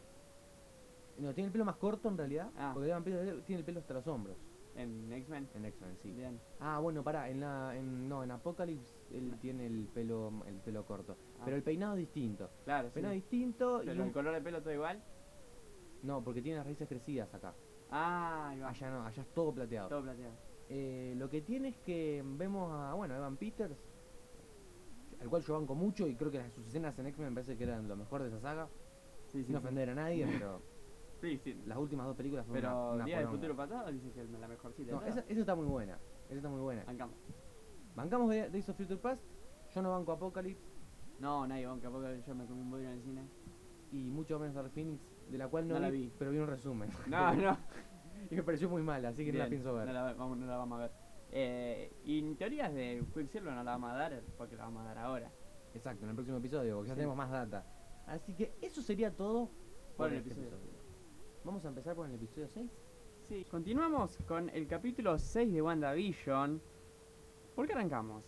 No, tiene el pelo más corto en realidad,
Ah.
porque Evan Peters tiene el pelo hasta los hombros
En X-Men.
en X-Men, sí.
Bien.
Ah, bueno, pará, en la en, no, en Apocalypse él tiene el pelo el pelo corto,
Ah,
pero el peinado es distinto.
Claro,
El
sí.
peinado es distinto y
Pero
un-
el color de pelo todo igual.
no, porque tiene las raíces crecidas acá.
Ah, ahí va.
Allá no, allá es todo plateado.
Todo plateado.
Eh, lo que tiene es que vemos a, bueno, a Evan Peters, al cual yo banco mucho y creo que las sus escenas en X-Men me parece que eran lo mejor de esa saga,
Sí, sí.
sin
sí.
ofender a nadie, pero
Sí, sí.
las últimas dos películas fueron
Pero
una, una
Día del
poronga.
Futuro Pasado dice que es la mejorcita.
No,
de
esa,
todas.
esa está muy buena, esa está muy buena.
Bancamos.
Bancamos de- Days of Future Past, yo no banco Apocalypse
No, nadie banca, porque yo me comí un bodrio en el cine.
y mucho menos Dark Phoenix, de la cual no,
No la vi.
pero vi un resumen.
No, no.
y me pareció muy mala, así que no la
Bien,
pienso ver.
No la, ve- vamos, no la vamos a ver. Eh, y en teorías de Quicksilver no la vamos a dar porque la vamos a dar ahora.
Exacto, en el próximo episodio, porque ya
Sí.
tenemos más data. Así que eso sería todo este
Por el episodio.
Vamos a empezar por el episodio 6.
Sí. Continuamos con el capítulo 6 de WandaVision. ¿Por qué arrancamos?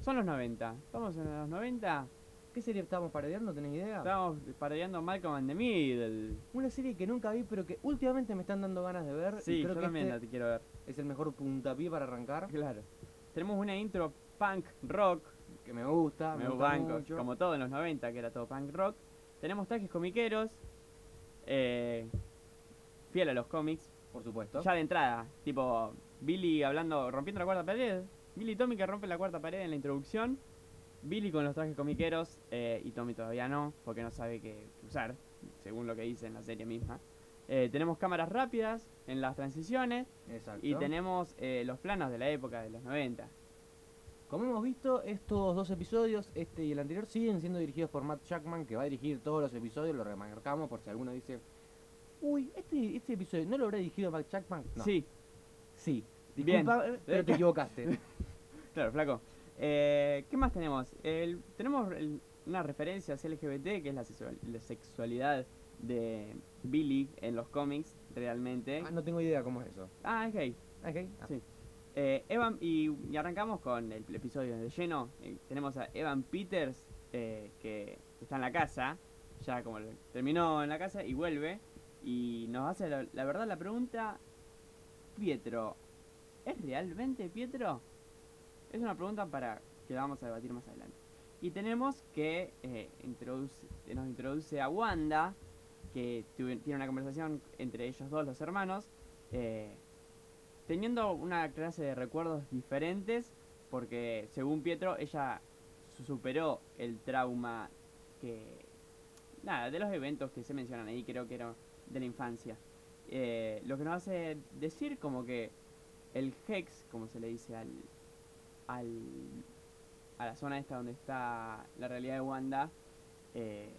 Son los 90. Estamos en los 90.
¿Qué serie estábamos parodiando? ¿Tenés idea?
Estamos parodiando Malcolm and the Middle.
Una serie que nunca vi, pero que últimamente me están dando ganas de ver.
Sí,
y creo
yo
que
también
este
la quiero ver.
es el mejor puntapié para arrancar.
Claro. Tenemos una intro punk rock.
Que me gusta, me,
medio
gusta
banco,
mucho.
Ah, como todo en los 90, que era todo punk rock. Tenemos trajes comiqueros. eh, fiel a los cómics.
Por supuesto.
Ya de entrada, tipo Billy hablando, rompiendo la cuarta pared. Billy y Tommy que rompen la cuarta pared en la introducción. Billy con los trajes comiqueros eh, y Tommy todavía no, porque no sabe qué usar, según lo que dice en la serie misma. Eh, tenemos cámaras rápidas en las transiciones
Exacto.
y tenemos eh, los planos de la época de los 90.
Como hemos visto, estos dos episodios, este y el anterior, siguen siendo dirigidos por Matt Jackman, que va a dirigir todos los episodios. Lo remarcamos por si alguno dice, uy, este, este episodio no lo habrá dirigido Matt Jackman. No.
Sí,
Sí.
Bien.
Disculpa, eh, pero te equivocaste.
claro, flaco. Eh, ¿Qué más tenemos? El- tenemos el- unas referencias LGBT, que es la, sexual- la sexualidad de Billy en los cómics, realmente.
Ah, no tengo idea cómo es eso.
Ah, es gay.
Ok. Ah,
Sí. Eh, Evan, y, y arrancamos con el, episodio de lleno. Eh, tenemos a Evan Peters, eh, que está en la casa, ya como lo- terminó en la casa y vuelve. Y nos hace la, la verdad la pregunta, Pietro, ¿es realmente Pietro? Es una pregunta para que la vamos a debatir más adelante. Y tenemos que eh, introduce- nos introduce a Wanda, que tuve- tiene una conversación entre ellos dos, los hermanos. eh, teniendo una clase de recuerdos diferentes, porque según Pietro, ella su- superó el trauma que. Nada, de los eventos que se mencionan ahí, creo que era de la infancia. Eh, lo que nos hace decir como que el Hex, como se le dice al, al. a la zona esta donde está la realidad de Wanda. eh,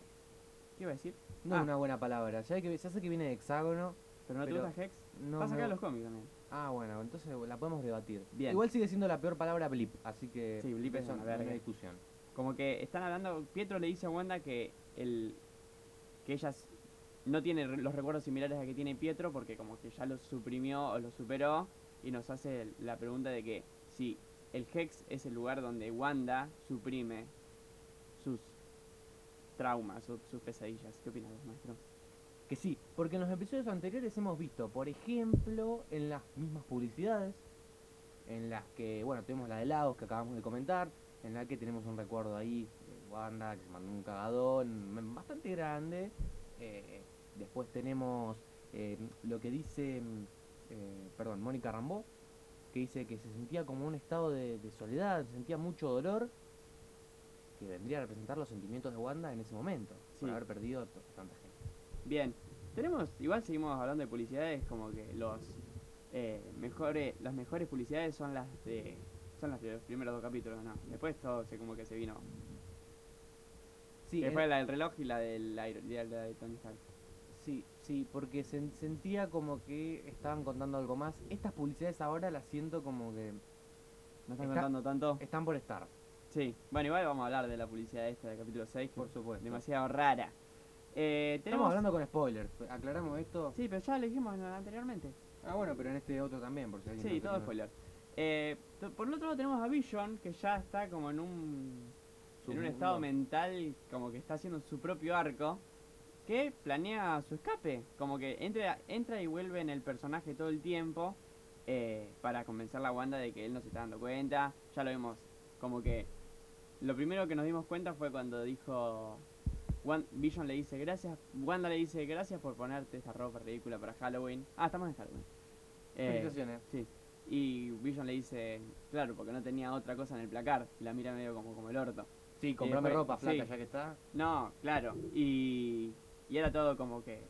¿Qué iba a decir?
No
Ah.
es una buena palabra. Ya, que, ya sé que viene de hexágono.
¿Pero no
Pero
te gusta Hex?
No
Pasa
me-
acá en los cómics también.
Ah, bueno, entonces la podemos debatir.
Bien.
Igual sigue siendo la peor palabra blip, así que.
Sí, blip es
eso
una
no hay
verga.
discusión.
Como que están hablando, Pietro le dice a Wanda que el que ella s- no tiene re- los recuerdos similares a que tiene Pietro porque como que ya los suprimió o los superó y nos hace el- la pregunta de que si el Hex es el lugar donde Wanda suprime sus traumas o sus pesadillas. ¿Qué opinas vos, maestro?
Que sí, porque en los episodios anteriores hemos visto, por ejemplo, en las mismas publicidades, en las que, bueno, tenemos la de Laos que acabamos de comentar, en la que tenemos un recuerdo ahí de Wanda que se mandó un cagadón mm, bastante grande. Eh, después tenemos eh, lo que dice, mm, eh, perdón, Mónica Rambó, que dice que se sentía como un estado de, de soledad, sentía mucho dolor, que vendría a representar los sentimientos de Wanda en ese momento, por
Sí.
haber perdido to- tanta gente.
Bien, tenemos, igual seguimos hablando de publicidades, como que los eh, mejores, las mejores publicidades son las de, son las de los primeros dos capítulos, ¿no? Después todo se como que se vino.
Sí, eh.
Después
en-
la del reloj y la del aire- y la de Tony Stark.
sí, sí, porque se sentía como que estaban contando algo más. Estas publicidades ahora las siento como que
¿No están
Está-
contando tanto?
están por estar,
Sí. Bueno, igual vamos a hablar de la publicidad esta del capítulo 6, que
por
es
supuesto.
demasiado rara. Eh,
Estamos
tenemos...
hablando con spoilers, ¿eh? aclaramos esto.
Sí, pero ya lo dijimos anteriormente.
Ah, bueno, pero en este otro también, por si alguien no
Sí, todo
terminó.
spoiler. Eh, t- por el otro lado tenemos a Vision, que ya está como en un, en un
Submundo.
estado mental, como que está haciendo su propio arco, que planea su escape, como que entra, entra y vuelve en el personaje todo el tiempo eh, para convencer a Wanda de que él no se está dando cuenta, ya lo vimos, como que lo primero que nos dimos cuenta fue cuando dijo... Wan- Vision le dice gracias, Wanda le dice gracias por ponerte esta ropa ridícula para Halloween. Ah, estamos en Halloween. Eh,
Felicitaciones.
Sí. Y Vision le dice, claro, porque no tenía otra cosa en el placar. Y la mira medio como, como el orto.
Eh, Sí, comprame
después-
ropa, flaca,
sí.
ya que está.
No, claro. Y, y era todo como que...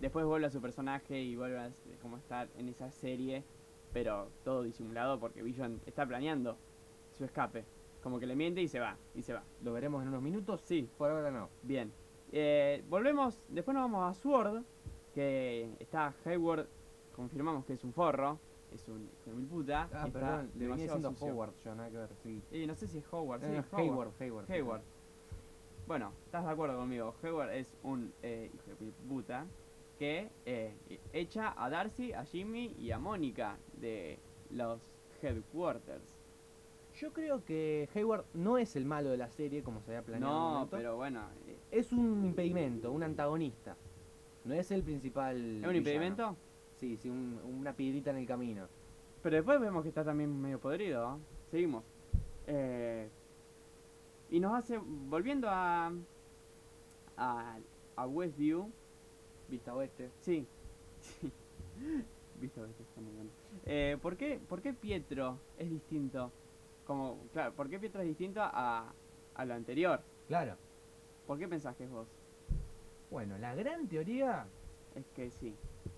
Después vuelve a su personaje y vuelve a s- como estar en esa serie, pero todo disimulado porque Vision está planeando su escape. Como que le miente y se va, y se va.
Lo veremos en unos minutos.
Sí,
Por ahora no.
bien. Eh, volvemos, después nos vamos a Sword, que está Hayward, confirmamos que es un forro, es un hijo de mil puta.
Ah,
está
perdón, le venía
demasiado
diciendo
sucio.
Howard, yo nada que ver, sí.
Y no sé si es Howard,
No, no,
sí, Howard.
Eh, Hayward, Hayward.
Hayward. Bueno, estás de acuerdo conmigo. Hayward es un eh, hijo de pi- puta que eh, echa a Darcy, a Jimmy y a Mónica de los headquarters.
Yo creo que Hayward no es el malo de la serie, como se había planeado. en un
no,
momento.
pero bueno. eh,
Es un impedimento, un antagonista. No es el principal.
¿Es un
villano.
impedimento?
Sí, sí, un- una piedrita en el camino.
Pero después vemos que está también medio podrido. ¿eh? Seguimos. Eh, y nos hace. Volviendo a. a, a Westview.
Vista oeste.
Sí. Sí. Visto, visto, está muy bueno. Eh, ¿por, qué, ¿Por qué Pietro es distinto? Como, claro, ¿por qué Pietro es distinto a, a lo anterior?
Claro.
¿Por qué pensás que es vos?
Bueno, la gran teoría
Es que sí.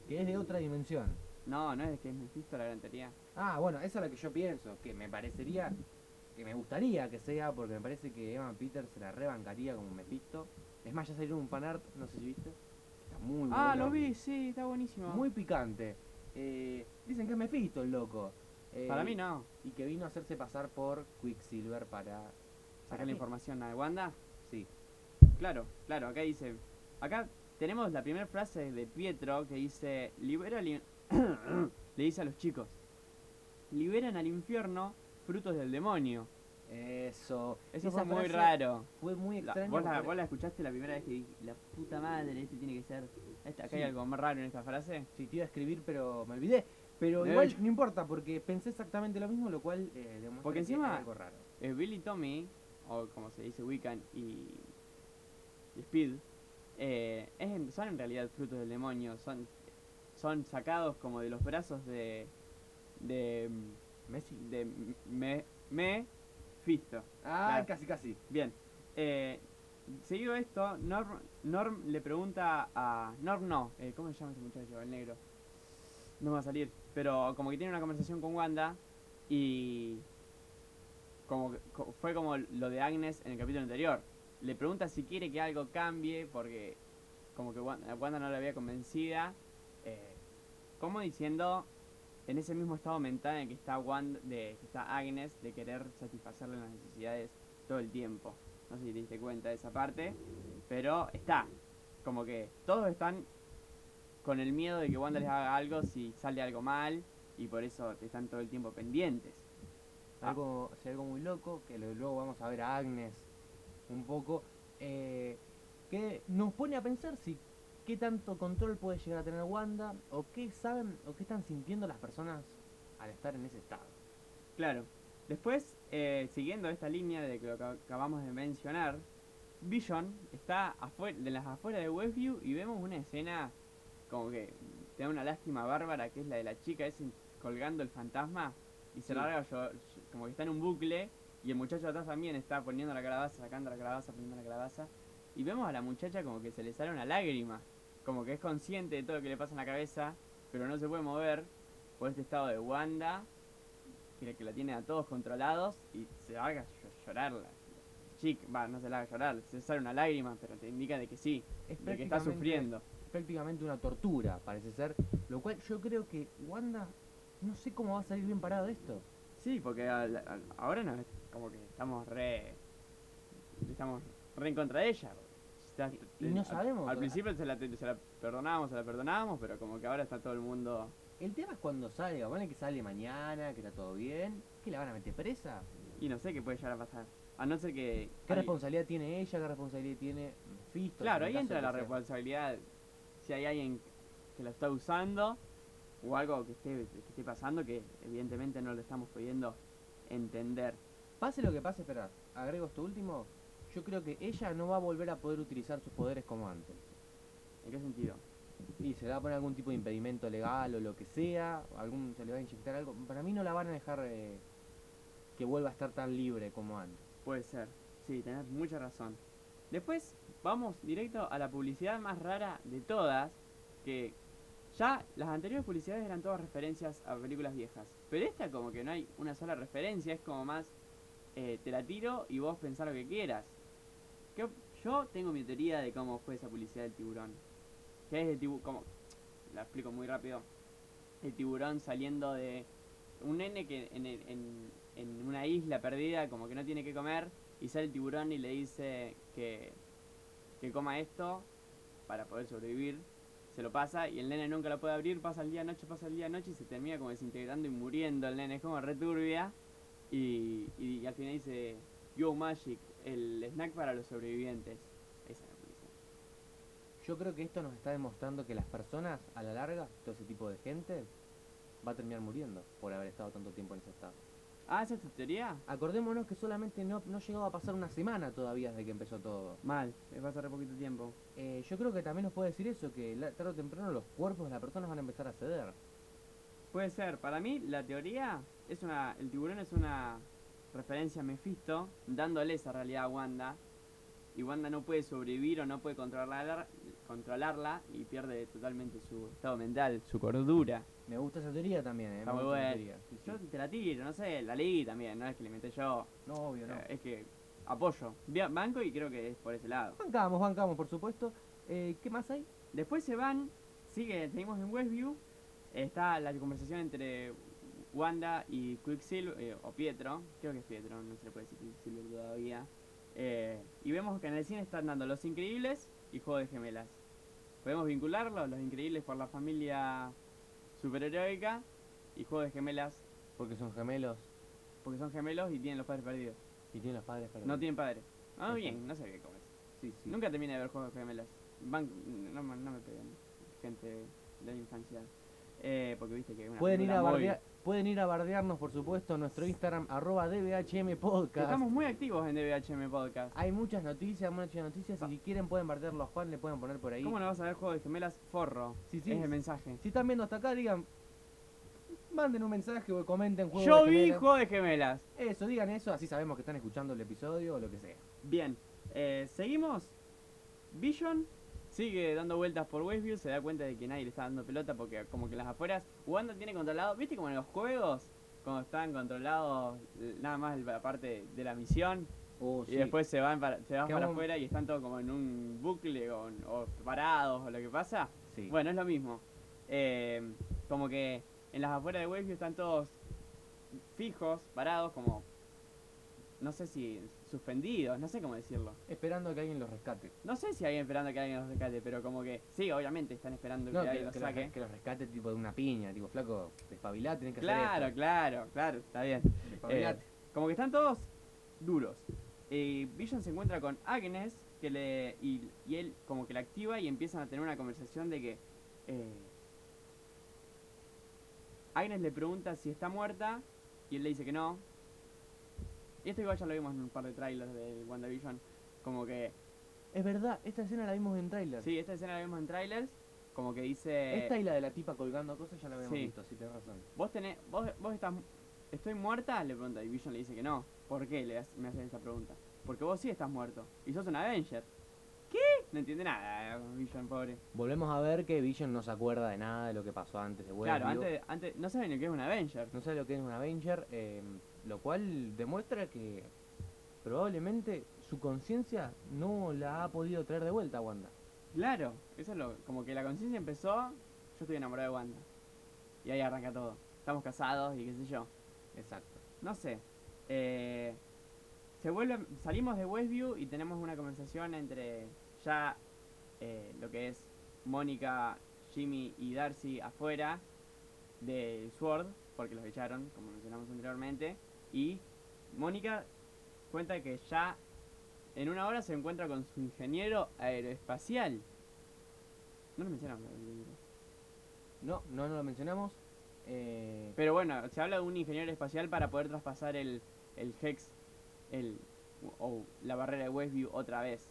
que es de otra dimensión.
No, no es que es Mephisto la gran teoría.
Ah, bueno, esa es la que yo pienso, que me parecería, que me gustaría que sea, porque me parece que Evan Peters se la rebancaría como Mephisto. Es más, ya salió un fanart, no sé si viste. Está muy
Ah,
bueno.
lo vi, sí, está buenísimo.
Muy picante. Eh, dicen que es Mephisto el loco. Eh,
Para mí no.
Y que vino a hacerse pasar por Quicksilver para...
Sacar la
qué?
información a Wanda.
Sí.
Claro, claro, acá dice. Acá tenemos la primera frase de Pietro que dice: Libera al in- Le dice a los chicos: Liberan al infierno frutos del demonio.
Eso.
Eso
Esa
fue muy
frase
raro.
Fue muy
La-
extraño.
vos, la,
porque-
vos la escuchaste la primera vez que dije, la puta madre, este tiene que ser. Este, acá
Sí.
hay algo más raro en esta frase.
Sí, te iba a escribir, pero me olvidé. Pero
De
igual
hecho.
no importa, porque pensé exactamente lo mismo, lo cual eh, demuestra
Porque
que
encima-
hay algo raro.
Eh, Billy Tommy, o como se dice Wiccan y, y Speed, eh, es en- son en realidad frutos del demonio. Son, son sacados como de los brazos de. de.
Messi.
de. me. me. Fisto.
Ah,
Claro.
casi, casi.
Bien. eh, seguido esto, Norm, Norm le pregunta a. Norm no, eh, ¿cómo se llama ese muchacho? El negro. No me va a salir. Pero como que tiene una conversación con Wanda y. Como que- co- fue como lo de Agnes en el capítulo anterior. Le pregunta si quiere que algo cambie porque como que Wan- Wanda, no la había convencida. eh, como diciendo en ese mismo estado mental en el que está Wanda, de, que está Agnes de querer satisfacerle las necesidades todo el tiempo. No sé si te diste cuenta de esa parte, pero está. Como que todos están con el miedo de que Wanda les haga algo si sale algo mal y por eso están todo el tiempo pendientes. Ah.
Algo, sí, algo muy loco, que lo- luego vamos a ver a Agnes un poco, eh, que nos pone a pensar si qué tanto control puede llegar a tener Wanda o qué saben o qué están sintiendo las personas al estar en ese estado.
Claro. Después, eh, siguiendo esta línea de que lo que acabamos de mencionar, Vision está afuera, de las afueras de Westview y vemos una escena como que te da una lástima bárbara, que es la de la chica ese colgando el fantasma y se
Sí.
larga llo- llo- como que está en un bucle y el muchacho atrás también está poniendo la calabaza, sacando la calabaza, poniendo la calabaza y vemos a la muchacha como que se le sale una lágrima, como que es consciente de todo lo que le pasa en la cabeza, pero no se puede mover por este estado de Wanda, que, que la tiene a todos controlados y se haga llo- llorar la la chica, va, no se la haga llorar, se sale una lágrima, pero te indica de que sí,
Es
de que está
prácticamente-
sufriendo.
prácticamente una tortura, parece ser. Lo cual yo creo que Wanda, no sé cómo va a salir bien parado de esto.
Sí, porque al- al- ahora no, como que estamos re. Estamos re en contra de ella. Está-
Y- y no
al-
sabemos,
Al
a-
principio se la, te- se la perdonábamos, se la perdonábamos, pero como que ahora está todo el mundo.
El tema es cuando salga, vale que sale mañana, que está todo bien, que la van a meter presa.
Y no sé qué puede llegar a pasar. A no ser que.
¿Qué
alguien-
responsabilidad tiene ella? ¿Qué responsabilidad tiene Fisto?
Claro, ahí entra la responsabilidad. Si hay alguien que la está usando o algo que esté, que esté pasando que evidentemente no lo estamos pudiendo entender.
Pase lo que pase, espera, agrego esto último. Yo creo que ella no va a volver a poder utilizar sus poderes como antes.
¿En qué sentido?
Y se le va a poner algún tipo de impedimento legal o lo que sea, algún se le va a inyectar algo. Para mí no la van a dejar eh, que vuelva a estar tan libre como antes.
Puede ser, sí, tenés mucha razón. Después vamos directo a la publicidad más rara de todas, que ya las anteriores publicidades eran todas referencias a películas viejas, pero esta como que no hay una sola referencia, es como más eh, te la tiro y vos pensá lo que quieras. Que yo tengo mi teoría de cómo fue esa publicidad del tiburón. Que es el tiburón, como, la explico muy rápido. El tiburón saliendo de un nene que en, el- en- en una isla perdida, como que no tiene que comer, y sale el tiburón y le dice que, que coma esto para poder sobrevivir. Se lo pasa y el nene nunca lo puede abrir, pasa el día noche, pasa el día noche y se termina como desintegrando y muriendo el nene, es como returbia. Y, y, al final dice, Yo Magic, el snack para los sobrevivientes. Esa es la publicidad.
Yo creo que esto nos está demostrando que las personas, a la larga, todo ese tipo de gente, va a terminar muriendo por haber estado tanto tiempo en ese estado.
Ah, ¿esa es tu teoría?
Acordémonos que solamente no, no llegaba a pasar una semana todavía desde que empezó todo.
Mal, me pasa re poquito tiempo.
Eh, yo creo que también nos puede decir eso, que la- tarde o temprano los cuerpos de las personas van a empezar a ceder.
Puede ser, para mí la teoría es una. El tiburón es una referencia a Mephisto, dándole esa realidad a Wanda. Y Wanda no puede sobrevivir o no puede controlar, controlarla y pierde totalmente su estado mental, su cordura.
Me gusta esa teoría también, ¿eh?
Está
me
muy
gusta esa
buena.
teoría. Sí, sí.
Yo te la tiro, no sé, la leí también, no es que le inventé yo,
No, obvio, no.
eh, es que apoyo. Vi- Banco y creo que es por ese lado.
Bancamos, bancamos, por supuesto. Eh, ¿Qué más hay?
Después se van, sigue, seguimos en Westview. Está la conversación entre Wanda y Quicksilver, eh, o Pietro, creo que es Pietro, no se le puede decir Quicksilver todavía. Eh, y vemos que en el cine están dando Los Increíbles y Juego de Gemelas. Podemos vincularlo, Los Increíbles por la familia superheroica y Juego de Gemelas
Porque son gemelos
porque son gemelos y tienen los padres perdidos.
y tienen los padres perdidos.
No tienen padres. Ah,
Ajá.
bien, no sabía cómo es.
Sí, sí.
Nunca terminé de ver juegos de gemelas. Van- no, me- no me peguen, gente de la infancia. Eh, porque viste que es una
Pueden ir, a
película muy-
bardear- pueden ir a bardearnos, por supuesto, en nuestro Instagram, arroba DBHM Podcast.
Estamos muy activos en DBHM Podcast.
Hay muchas noticias, muchas noticias. Y si quieren, pueden bardearlo a Juan, le pueden poner por ahí.
¿Cómo no vas a ver juegos de gemelas? Forro.
Sí, sí.
Es el mensaje.
Si están viendo hasta acá, digan. Manden un mensaje o comenten juego
Yo
de
vi
gemelas.
juego de gemelas.
Eso, digan eso, así sabemos que están escuchando el episodio o lo que sea.
Bien, eh, seguimos. Vision sigue dando vueltas por Westview, se da cuenta de que nadie le está dando pelota porque como que las afueras, Wanda tiene controlado, viste como en los juegos, cuando están controlados eh, nada más la parte de la misión,
Oh,
Y después se van para, se van
Que
para
vamos-
afuera y están todos como en un bucle o, o parados o lo que pasa.
Sí.
Bueno, es lo mismo. Eh, como que en las afueras de Westview están todos fijos, parados, como no sé si suspendidos, no sé cómo decirlo.
Esperando a que alguien los rescate.
No sé si alguien esperando que alguien los rescate, pero como que sí, obviamente están esperando
No,
que
que,
alguien los
que los,
saque.
que los rescate tipo de una piña, tipo, flaco, despabilá, tenés que
Claro, eh.
hacer esto.
claro, claro, está bien.
Despabilate.
Como que están todos duros. eh, Vision se encuentra con Agnes que le, y, y él como que la activa y empiezan a tener una conversación de que eh, Agnes le pregunta si está muerta y él le dice que no. Y esto igual ya lo vimos en un par de trailers del WandaVision. Como que...
Es verdad, esta escena la vimos en trailer.
Sí, esta escena la vimos en trailers. Como que dice...
Esta y la de la tipa colgando cosas ya la habíamos
Sí.
visto, si tenés razón.
¿Vos tenés, vos, vos estás, estoy muerta? Le pregunta y Vision le dice que no. ¿Por qué le hace- me hacen esa pregunta? Porque vos sí estás muerto y sos un Avenger. ¿Qué? No entiende nada, eh, Vision pobre.
Volvemos a ver que Vision no se acuerda de nada de lo que pasó antes de vuelve
claro,
vivo.
antes, antes no saben lo que es un Avenger.
No sabe lo que es un Avenger, eh, lo cual demuestra que probablemente su conciencia no la ha podido traer de vuelta a Wanda.
Claro, eso es lo, como que la conciencia empezó. Yo estoy enamorado de Wanda y ahí arranca todo. Estamos casados y qué sé yo.
Exacto.
No sé. eh, se vuelve, salimos de Westview y tenemos una conversación entre ya eh, lo que es Mónica, Jimmy y Darcy afuera del Sword, porque los echaron, como mencionamos anteriormente. Y Mónica cuenta que ya en una hora se encuentra con su ingeniero aeroespacial. No lo mencionamos. el ingeniero.
No, no, no lo mencionamos. eh,
Pero bueno, se habla de un ingeniero espacial para poder traspasar el, el Hex, el, o la barrera de Westview otra vez.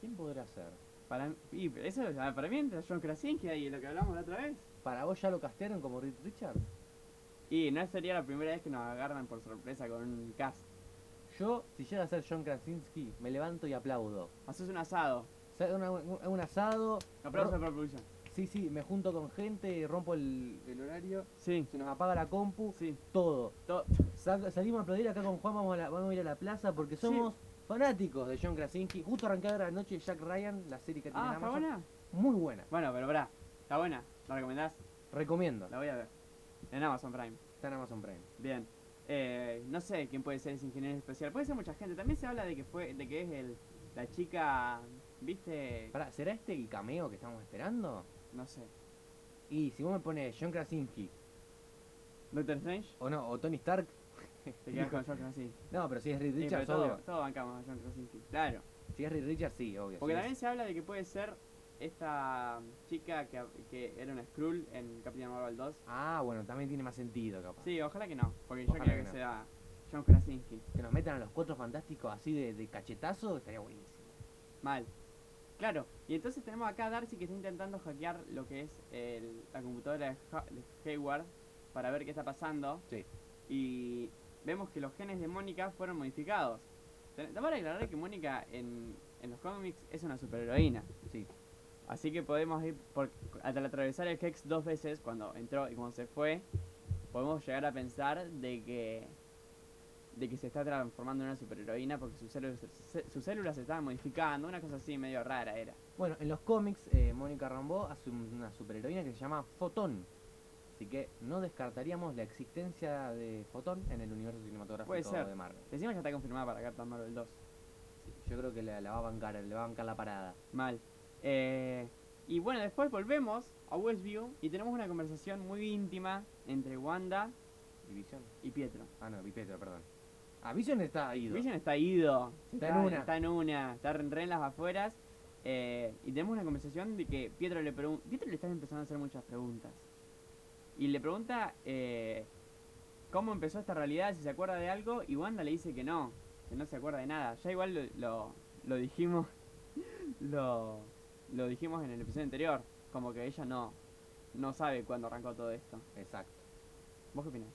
¿Quién podrá ser?
Para, y eso ah, para mí entra John Krasinski ahí, lo que hablamos la otra vez.
¿Para vos ya lo castearon como Reed Richards?
Y no sería la primera vez que nos agarran por sorpresa con un cast.
Yo, si llega a ser John Krasinski, me levanto y aplaudo.
Haces un asado.
O sea, una- un, un asado,
Aplausos
Ro-
para producción.
sí, sí, me junto con gente, rompo el, el horario,
Sí,
se nos apaga la compu,
sí.
todo.
to-
Sa- salimos a aplaudir acá con Juan, vamos a, la- vamos a ir a la plaza porque
Sí.
somos fanáticos de John Krasinski. Justo arrancada la noche Jack Ryan, la serie que tiene
Ah,
en
¿está
Amazon.
buena?
Muy buena,
Bueno, pero pará. Está buena. ¿La recomendás?
recomiendo.
La voy a ver. En Amazon Prime.
Está en Amazon Prime.
Bien. Eh, no sé quién puede ser ese ingeniero especial. Puede ser mucha gente. También se habla de que fue, de que es el, la chica, viste,
Pará, ¿será este el cameo que estamos esperando?
no sé.
Y si vos me pones John Krasinski,
Doctor Strange.
o no, o Tony Stark,
Te quedas con John Krasinski.
no, pero si es Reed
Sí, pero
Richards,
todo,
obvio.
todo bancamos a John Krasinski. Claro.
Si es Reed Richards, sí, obvio.
Porque
Si es-
también se habla de que puede ser esta chica que, que era una Skrull en Capitán Marvel 2.
Ah, bueno, también tiene más sentido, capaz.
Sí, ojalá que no. Porque yo
Ojalá
creo
que
que
no.
sea John Krasinski.
Que nos metan a los cuatro fantásticos así de, de cachetazo, estaría buenísimo.
Mal. Claro, y entonces tenemos acá a Darcy que está intentando hackear lo que es el- la computadora de, Ha- de Hayward para ver qué está pasando.
Sí.
Y vemos que los genes de Mónica fueron modificados. Te- Vamos a aclarar que Mónica en, en los cómics es una superheroína.
Sí.
Así que podemos ir, por, al atravesar el Hex dos veces, cuando entró y cuando se fue, podemos llegar a pensar de que de que se está transformando en una superheroína porque sus células, se- sus células se estaban modificando, una cosa así medio rara era.
Bueno, en los cómics, eh, Mónica Rambeau hace un- una superheroína que se llama Fotón. Así que no descartaríamos la existencia de Fotón en el universo cinematográfico
Puede ser.
de Marvel.
Encima ya está confirmada para Captain Marvel 2.
Sí, yo creo que la, la va a bancar, le va a bancar la parada.
Mal. Eh, y bueno, después volvemos a Westview y tenemos una conversación muy íntima entre Wanda
¿División?
y Pietro.
Ah, no, Petro, perdón. Ah, Vision está ido.
Vision está ido.
Está en una.
Está en una. Está re re en las afueras. eh, y tenemos una conversación de que Pietro le pregunta. Pietro le está empezando a hacer muchas preguntas. Y le pregunta eh, cómo empezó esta realidad, si se acuerda de algo. Y Wanda le dice que no, que no se acuerda de nada. Ya igual lo, lo, lo dijimos. Lo, lo dijimos en el episodio anterior. Como que ella no, no sabe cuándo arrancó todo esto.
Exacto.
¿Vos qué opinás?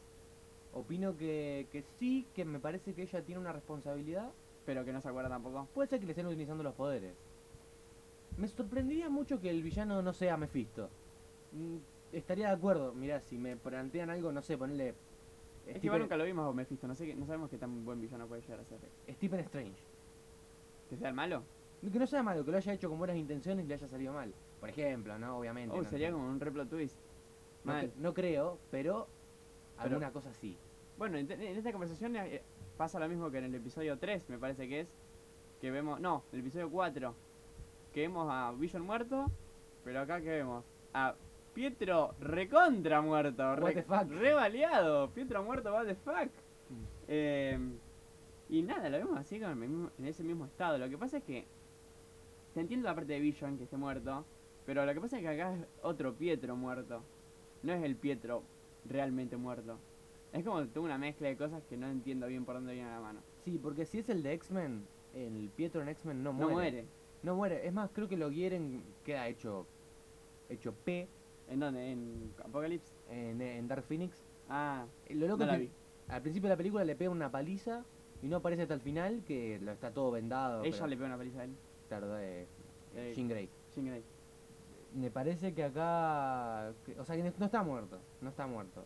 Opino que, que sí, que me parece que ella tiene una responsabilidad.
Pero que no se acuerda tampoco.
Puede ser que le estén utilizando los poderes. Me sorprendería mucho que el villano no sea Mephisto. Mm, Estaría de acuerdo, mirá, si me plantean algo, no sé, ponerle...
Es que igual nunca lo vimos a Mephisto, no, sé, qué- no sabemos qué tan buen villano puede llegar a ser.
Stephen Strange.
¿Que sea el malo?
Que no sea malo, que lo haya hecho con buenas intenciones y le haya salido mal. Por ejemplo, ¿no? Obviamente.
Uy,
no,
sería
no-
como un replot twist.
no
Mal.
cre- no creo, pero,
Pero-
alguna cosa sí.
Bueno, en, en esta conversación eh, eh, pasa lo mismo que en el episodio 3, me parece que es. Que vemos. No, el episodio 4. Que vemos a Vision muerto. Pero acá que vemos a Pietro recontra muerto.
What
Re,
the fuck. Hmm.
Revaliado. Pietro muerto, what the fuck.
Mm.
Eh, y Y nada, lo vemos así con el mismo- en ese mismo estado. Lo que pasa es que. Te entiendo la parte de Vision que esté muerto. Pero lo que pasa es que acá es otro Pietro muerto. No es el Pietro realmente muerto. Es como tengo una mezcla de cosas que no entiendo bien por dónde viene la mano.
Sí, porque si es el de X-Men, el Pietro en X-Men no
No
muere.
muere.
No muere. Es más, creo que lo quieren, queda hecho hecho P
¿En dónde? ¿En Apocalypse?
en, en Dark Phoenix.
Ah,
Eh, Lo loco es
no la
que
vi.
al principio de la película le pega una paliza y no aparece hasta el final, que lo está todo vendado.
Ella
pero-
le pegó una paliza a él.
Claro, de- de
Eh,
Jean Grey.
Jean Grey.
Me parece que acá... que- o sea, que no no está muerto. No está muerto.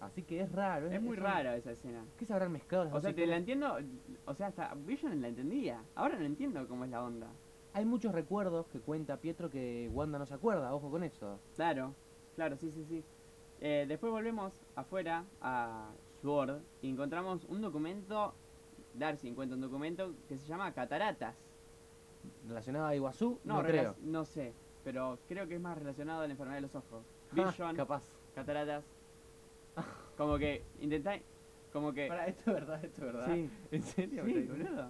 Así que es raro.
Es muy
un-
raro esa escena.
¿Qué se habrán mezclado las
O
dos
sea, te
historias?
la entiendo. O sea, hasta Vision la entendía. Ahora no entiendo cómo es la onda.
Hay muchos recuerdos que cuenta Pietro que Wanda no se acuerda, ojo con eso.
Claro, claro, sí, sí, sí. Eh, después volvemos afuera a Sword y encontramos un documento. Darcy encuentra un documento que se llama Cataratas.
Relacionado a Iguazú, no,
No,
creo.
relac- no sé, pero creo que es más relacionado a la enfermedad de los ojos.
Ja,
Vision,
capaz.
cataratas. Como que intenta. Como que.
Para, esto es verdad, esto es
Sí,
¿En serio?
sí, boludo.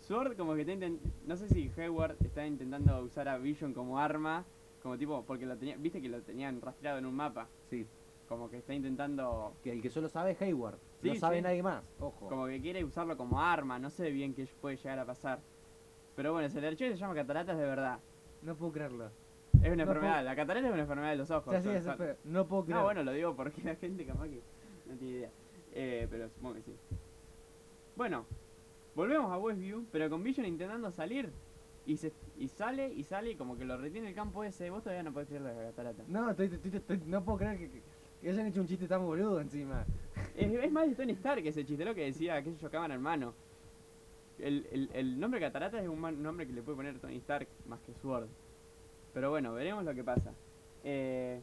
Sword como que está inten- No sé si Hayward está intentando usar a Vision como arma. Como tipo, porque lo tenía. Viste que lo tenían rastreado en un mapa.
Sí,
Como que está intentando
que el que solo sabe es Hayward. no
Sí,
sabe
sí.
nadie más, ojo.
Como que quiere usarlo como arma, no sé bien qué puede llegar a pasar. Pero bueno, se le archivo y se llama cataratas de verdad.
No puedo creerlo.
Es una
No
enfermedad,
puedo-
la catarata es una enfermedad de los ojos.
O sea, sí,
son-
es-
son-
pero no puedo creerlo.
No, bueno, lo digo porque la gente capaz que no tiene idea. Eh, pero supongo que sí. Bueno, volvemos a Westview, pero con Vision intentando salir. Y, se, y sale, y sale, y como que lo retiene el campo ese. Vos todavía no podés creer la catarata.
No, estoy, estoy- estoy- no puedo creer que, que- que hayan hecho un chiste tan boludo encima.
Es, es más de Tony Stark ese chiste, lo que decía, que yo, cámara en mano. El, el- el nombre Catarata es un man- nombre que le puede poner Tony Stark más que Sword. Pero bueno, veremos lo que pasa. Eh,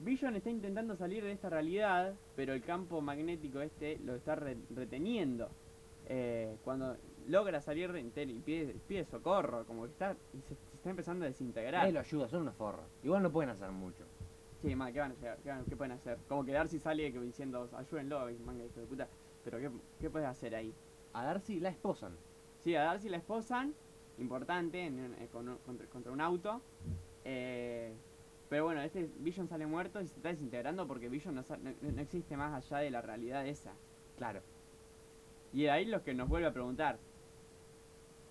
Vision está intentando salir de esta realidad, pero el campo magnético este lo está re- reteniendo. Eh, cuando logra salir, de- te- pide, pide socorro, como que está, y se, se está empezando a desintegrar.
Nadie lo ayuda, son unos forros. Igual no pueden hacer mucho.
Sí, man, ¿qué van a hacer? ¿Qué, van- qué pueden hacer? Como que Darcy sale como diciendo, ayúdenlo, y manga hijo de puta. Pero ¿qué, qué puedes hacer ahí?
A Darcy la esposan.
Sí, a Darcy la esposan, importante, en un- eh, con un- contra, contra un auto. eh, pero bueno, este Vision sale muerto y se está desintegrando porque Vision no, sa- no- no existe más allá de la realidad esa.
Claro.
Y de ahí los que nos vuelve a preguntar.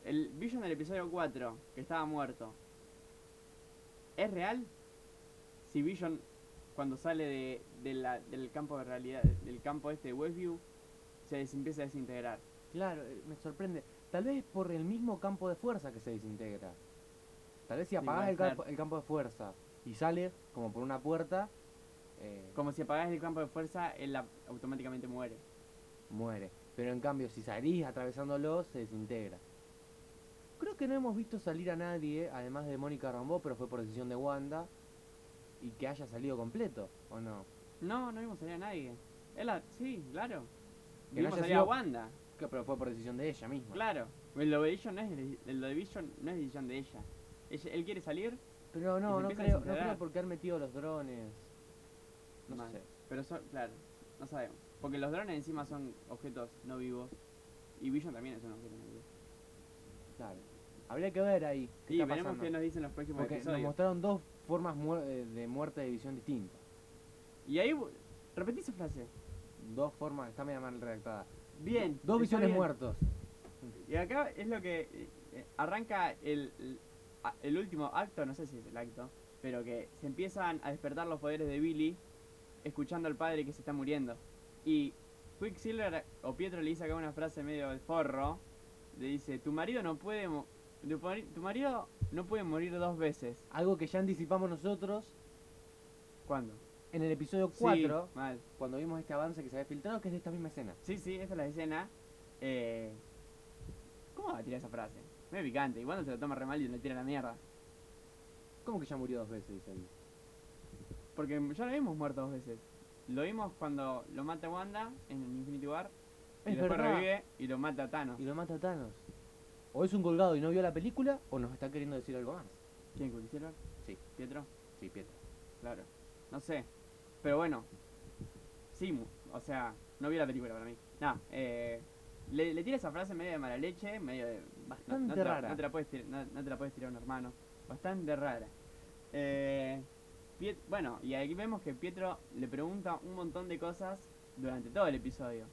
El Vision del episodio 4, que estaba muerto, ¿es real? Si Vision, cuando sale de, de la- del campo de realidad, del campo este de Westview, se des- empieza a desintegrar.
Claro, eh, me sorprende. Tal vez por el mismo campo de fuerza que se desintegra. Tal vez si
Sí,
apagás
puede
el
ser.
campo, el campo de fuerza y sale como por una puerta, eh,
Como si apagás el campo de fuerza, él la- automáticamente muere.
muere. Pero en cambio, si salís atravesándolo, se desintegra. Creo que no hemos visto salir a nadie, además de Mónica Rambeau, pero fue por decisión de Wanda, y que haya salido completo, ¿o no?
No, no vimos salir a nadie. Él la- sí, claro.
Que no
vimos
haya
salir a
sido-
Wanda,
Que, pero fue por decisión de ella misma.
claro. El lo de Vision no es, de- el lo de Vision no es decisión de ella. Ella- Él quiere salir,
Pero
Y
no, no
se empieza
creo,
a
no
desintegrar.
creo porque han metido los drones. No
Mal.
sé.
pero son, claro, no sabemos. Porque los drones encima son objetos no vivos. Y Vision también es un objeto no vivo.
Claro. Habría que ver ahí. ¿Qué
Y
está
veremos
pasando.
qué nos dicen los próximos
Porque nos
episodios.
mostraron dos formas muer- eh, de muerte de visión distintas.
Y ahí, vu- repetí esa frase.
Dos formas, está medio mal redactada.
Bien.
Dos
está
visiones
bien.
muertos.
Y acá es lo que eh, eh, arranca el, el- a- el último acto, no sé si es el acto, pero que se empiezan a despertar los poderes de Billy escuchando al padre que se está muriendo. Y Quicksilver o Pietro le dice acá una frase medio de forro, le dice, tu marido no puede mo- tu, mari- tu marido no puede morir dos veces.
Algo que ya anticipamos nosotros
¿Cuándo?
en el episodio
Sí,
4,
mal.
cuando vimos este avance que se había filtrado, que es de esta misma escena.
Sí, sí, esa es la escena. Eh, ¿Cómo va a tirar esa frase? Medio picante, igual no se lo toma re mal y le tira a la mierda.
¿Cómo que ya murió dos veces? dice ahí?
Porque ya lo vimos muerto dos veces. Lo vimos cuando lo mata Wanda en el Infinity War. Y
Es
después
verdad.
revive y lo mata Thanos.
Y lo mata Thanos. O es un colgado y no vio la película, o nos está queriendo decir algo más.
¿Quién Quicksilver?
Sí.
¿Pietro?
Sí, Pietro.
Claro. No sé. Pero bueno. Sí, mu- o sea, no vi la película para mí. Nada, eh, Le, le tira esa frase medio de mala leche, medio de.
Bastante
no, no te la-
rara.
no te la puedes tirar, no, no te la puedes tirar a un hermano. Bastante rara. Eh, Piet- bueno, y aquí vemos que Pietro le pregunta un montón de cosas durante todo el episodio.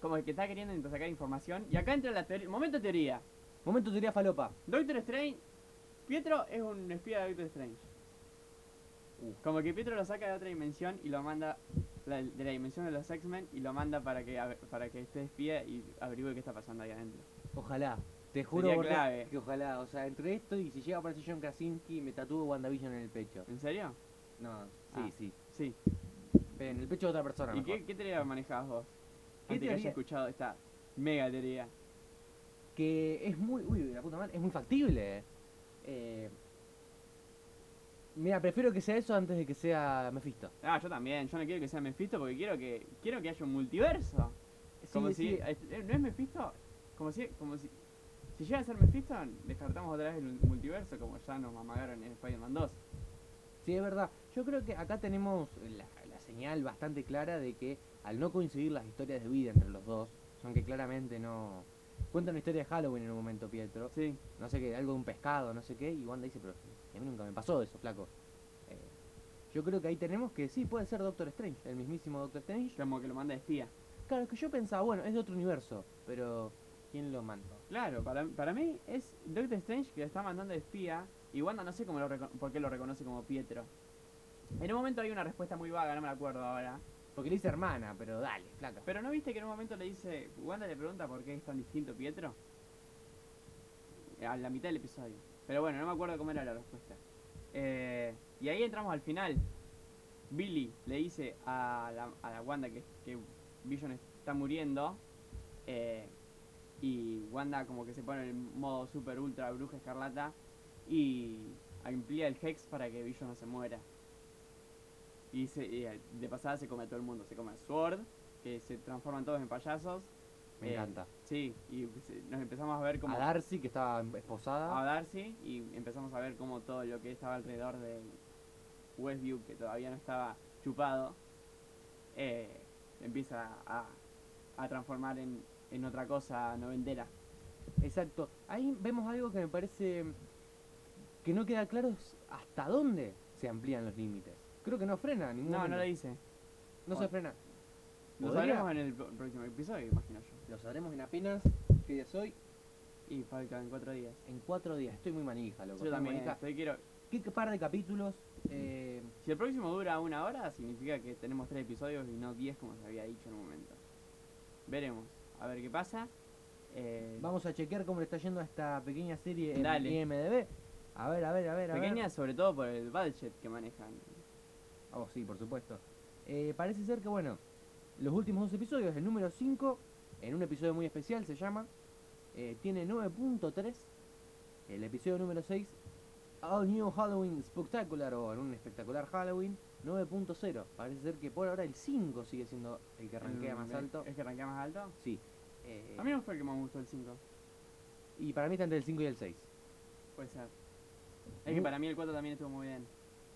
Como que está queriendo sacar información. Y acá entra la teoría. Momento teoría.
Momento teoría falopa.
Doctor Strange. Pietro es un espía de Doctor Strange. Como que Pietro lo saca de otra dimensión y lo manda. la- de la dimensión de los X-Men y lo manda para que a- para que esté espía y averigüe qué está pasando ahí adentro.
Ojalá. Te juro
Sería
por Dios
clave.
que ojalá. O sea, entre esto y si llega a aparecer John Krasinski, me tatúo WandaVision en el pecho.
¿En serio?
No, sí,
Ah.
sí.
Sí.
Pero en el pecho de otra persona.
¿Y
mejor.
qué, qué teoría manejabas vos?
¿Qué
Antes que haya
teoría?
escuchado esta mega teoría.
que es muy, uy, la puta madre, es muy factible. eh. Eh, mira, prefiero que sea eso antes de que sea Mephisto.
Ah, yo también, yo no quiero que sea Mephisto porque quiero que quiero que haya un multiverso. Como
Sí,
si
sí,
eh, no es Mephisto, como si como si si llega a ser Mephisto, descartamos otra vez el multiverso como ya nos mamagaron en Spider-Man 2.
sí, es verdad. Yo creo que acá tenemos la, la señal bastante clara de que al no coincidir las historias de vida entre los dos, aunque claramente no... Cuentan la historia de Halloween en un momento, Pietro.
Sí,
No sé qué, algo de un pescado, no sé qué. Y Wanda dice, pero a mí nunca me pasó eso, flaco. Eh, yo creo que ahí tenemos que sí, puede ser Doctor Strange, el mismísimo Doctor Strange.
como que lo manda de espía.
Claro, que yo pensaba, bueno, es de otro universo, pero ¿quién lo mandó?
Claro, para, para mí es Doctor Strange que lo está mandando de espía y Wanda no sé cómo lo reco- por qué lo reconoce como Pietro. En un momento hay una respuesta muy vaga, no me la acuerdo ahora.
Porque le dice hermana, pero dale, flaca.
Pero ¿no viste que en un momento le dice, Wanda le pregunta por qué es tan distinto Pietro? A la mitad del episodio. Pero bueno, no me acuerdo cómo era la respuesta. Eh, y ahí entramos al final. Billy le dice a la, a la Wanda que, que Vision está muriendo. eh, y Wanda como que se pone en modo super ultra bruja escarlata. Y amplía el Hex para que Vision no se muera. Y, se- y, eh, de pasada se come a todo el mundo. Se come a Sword, que se transforman todos en payasos.
Me
Eh,
encanta.
Sí, y se- nos empezamos a ver como
A Darcy, que estaba esposada.
a Darcy y empezamos a ver como todo lo que estaba alrededor de Westview, que todavía no estaba chupado, eh, empieza a, a transformar en, en otra cosa noventera.
Exacto. Ahí vemos algo que me parece que no queda claro es hasta dónde se amplían los límites. Creo que no frena en ningún
No, no
momento.
lo dice.
No se
Bueno.
frena.
Lo
¿Podría?
sabremos en el pro- próximo episodio, imagino yo.
Lo sabremos en apenas, que día es hoy?
Y faltan cuatro días.
En cuatro días. Estoy muy manija, loco.
Yo
estoy
también
manija.
estoy- quiero...
¿Qué qué par de capítulos? Eh,
Si el próximo dura una hora, significa que tenemos tres episodios y no diez como se había dicho en un momento. Veremos. A ver qué pasa. Eh,
vamos a chequear cómo le está yendo a esta pequeña serie en
Dale.
IMDB. A ver, a ver, a ver, a ver.
Pequeña sobre todo por el budget que manejan.
Oh, sí, por supuesto. Eh, parece ser que, bueno, los últimos dos episodios, el número 5, en un episodio muy especial se llama, eh, tiene 9.3. El episodio número 6, All New Halloween Spectacular, o en un espectacular Halloween, 9.0. Parece ser que por ahora el 5 sigue siendo el que ranquea
Mm,
más
¿es-
alto.
¿Es que arranquea más alto?
Sí. Eh,
A mí no fue el que más me gustó el 5.
Y para mí está entre el 5 y el 6.
Puede ser. Es que
Mu-
para mí el 4 también estuvo muy bien.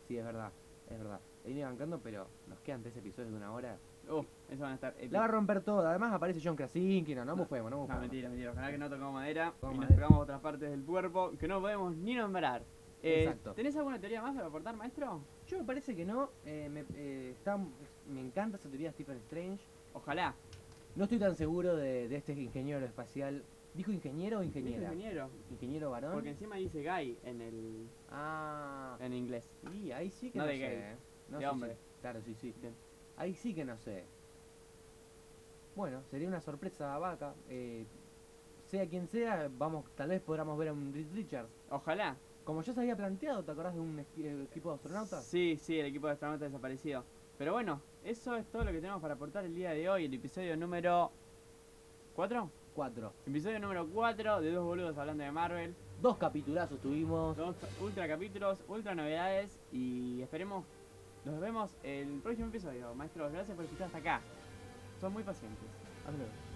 Sí, es verdad, es verdad. He venido bancando, pero nos quedan tres episodios de una hora.
Uf, eso van a estar.
La va a
épicos.
romper toda. Además aparece John Krasinski. No, no,
No,
bufemos, no
No,
bufemos.
mentira, mentira. Ojalá que no tocamos madera
Tocamos
y nos
madera.
tocamos otras partes del cuerpo que no podemos ni nombrar. Eh,
Exacto.
¿Tenés alguna teoría más para aportar, maestro?
Yo me parece que no. eh, me, eh, está- me encanta esa teoría de Stephen Strange.
Ojalá.
No estoy tan seguro de, de este ingeniero espacial. ¿Dijo ingeniero o
¿Viste
ingeniera?
ingeniero?
Ingeniero varón.
Porque encima dice guy en el
Ah,
en inglés.
y ahí sí que
No
no,
de
sé.
gay,
eh. No,
de
sí,
hombre.
sí, Claro, sí, sí.
Bien.
Ahí sí que no sé. Bueno, sería una sorpresa vaca. eh, sea quien sea, vamos, tal vez podamos ver a un Reed Richards.
Ojalá.
Como ya se había planteado, ¿te acordás de un esqui- eh, equipo de astronautas?
Sí, sí, el equipo de astronautas desaparecido. Pero bueno, eso es todo lo que tenemos para aportar el día de hoy, el episodio número 4.
Cuatro.
Episodio número 4 de Dos Boludos hablando de Marvel.
Dos capitulazos tuvimos.
Dos ultra capítulos, ultra novedades y esperemos nos vemos el próximo episodio. Maestros, gracias por escuchar hasta acá. Son muy pacientes.
Hazlo.